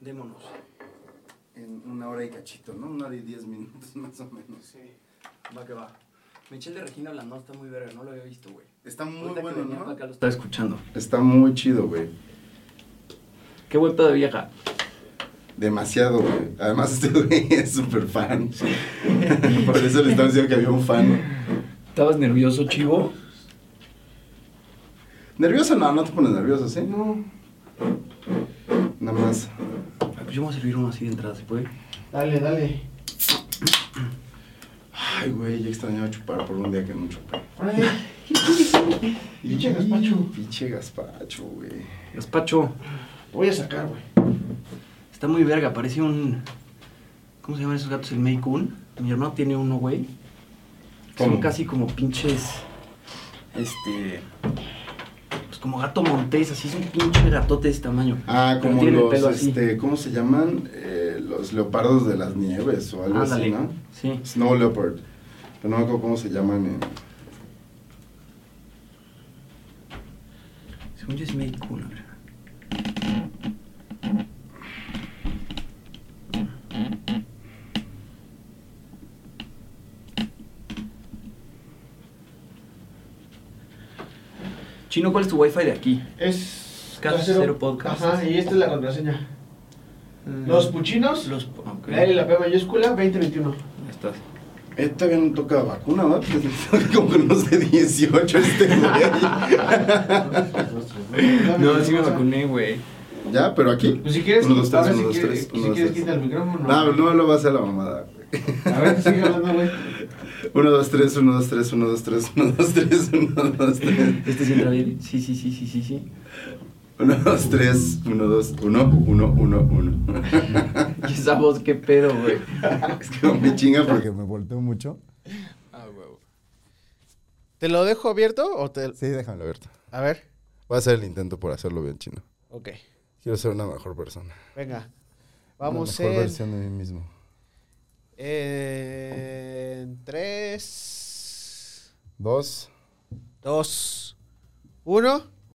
S5: Démonos.
S4: En una hora y cachito, ¿no? Una hora y diez minutos más o menos.
S5: Va que va. Michelle de Regina Blandón está muy verga, no lo había visto, güey.
S4: Está muy
S5: Ahorita que
S4: bueno,
S5: venía
S4: ¿no?
S5: para acá lo estaba escuchando.
S4: Está muy chido, güey.
S5: Qué buen pedo de vieja.
S4: Demasiado, güey. Además, este güey es súper fan. Por eso le estamos diciendo que había un fan.
S5: ¿Estabas nervioso, chivo?
S4: Nervioso, no, no te pones nervioso, ¿sí? No. Nada más.
S5: Ah, Pues yo me voy a servir uno así de entrada, ¿se puede?
S7: Dale, dale.
S4: Ay, güey, ya extrañaba chupar por un día que no chupé.
S7: Pinche gazpacho.
S4: Pinche gazpacho, güey.
S5: Gaspacho.
S7: Voy a sacar, güey.
S5: Está muy verga, parece un... ¿Cómo se llaman esos gatos? El Maine Coon. Mi hermano tiene uno, güey. que Son
S4: ¿Cómo?
S5: casi como pinches... Este... Pues como gato montés, así es un pinche gatote de ese tamaño.
S4: Ah,
S5: Pero
S4: como
S5: tiene el
S4: los,
S5: pelo así.
S4: este, ¿cómo se llaman? Eh, los leopardos de las nieves o algo
S5: Ándale.
S4: así, ¿no?
S5: Sí.
S4: Snow leopard. Pero no me acuerdo cómo se llaman. en-
S5: Según yo es Maine Coon, a ver. Chino, ¿cuál es tu wifi de aquí?
S7: Es
S5: Casero Casero Podcast. Mm.
S7: Ajá, y esta es la contraseña. Los puchinos,
S5: Los... ok.
S7: la L y la P mayúscula, 2021.
S5: Ahí estás.
S4: Eh, todavía no toca vacuna, ¿no? Como que no sé, 18 este güey.
S5: No, sí me vacuné, güey.
S4: ya, pero aquí.
S7: Pues si quieres,
S4: Uno, dos, tres,
S7: a ver
S4: uno, dos,
S7: si quieres,
S4: tres, uno,
S7: si
S4: dos,
S7: quieres
S4: tres.
S7: quita el micrófono.
S4: No, no me lo va a hacer la mamada, güey.
S7: A ver, sigue hablando, güey.
S4: 1, 2, 3, 1, 2, 3, 1, 2, 3, 1, 2, 3, 1, 2, 3.
S5: ¿Este sí entra bien? Sí, sí, sí, sí, sí, sí.
S4: 1, 2, 3, 1, 2, 1, 1, 1, 1.
S5: ¿Y esa voz qué pedo, güey?
S4: Es que me chinga porque me volteo mucho.
S7: ¿Te lo dejo abierto o te.?
S4: Sí, déjamelo abierto.
S7: A ver.
S4: Voy a hacer el intento por hacerlo bien chino.
S7: Ok.
S4: Quiero ser una mejor persona.
S7: Venga. Vamos
S4: Una mejor
S7: en.
S4: versión de mí mismo.
S7: Eh, En 3,
S4: Dos.
S7: 2, 1.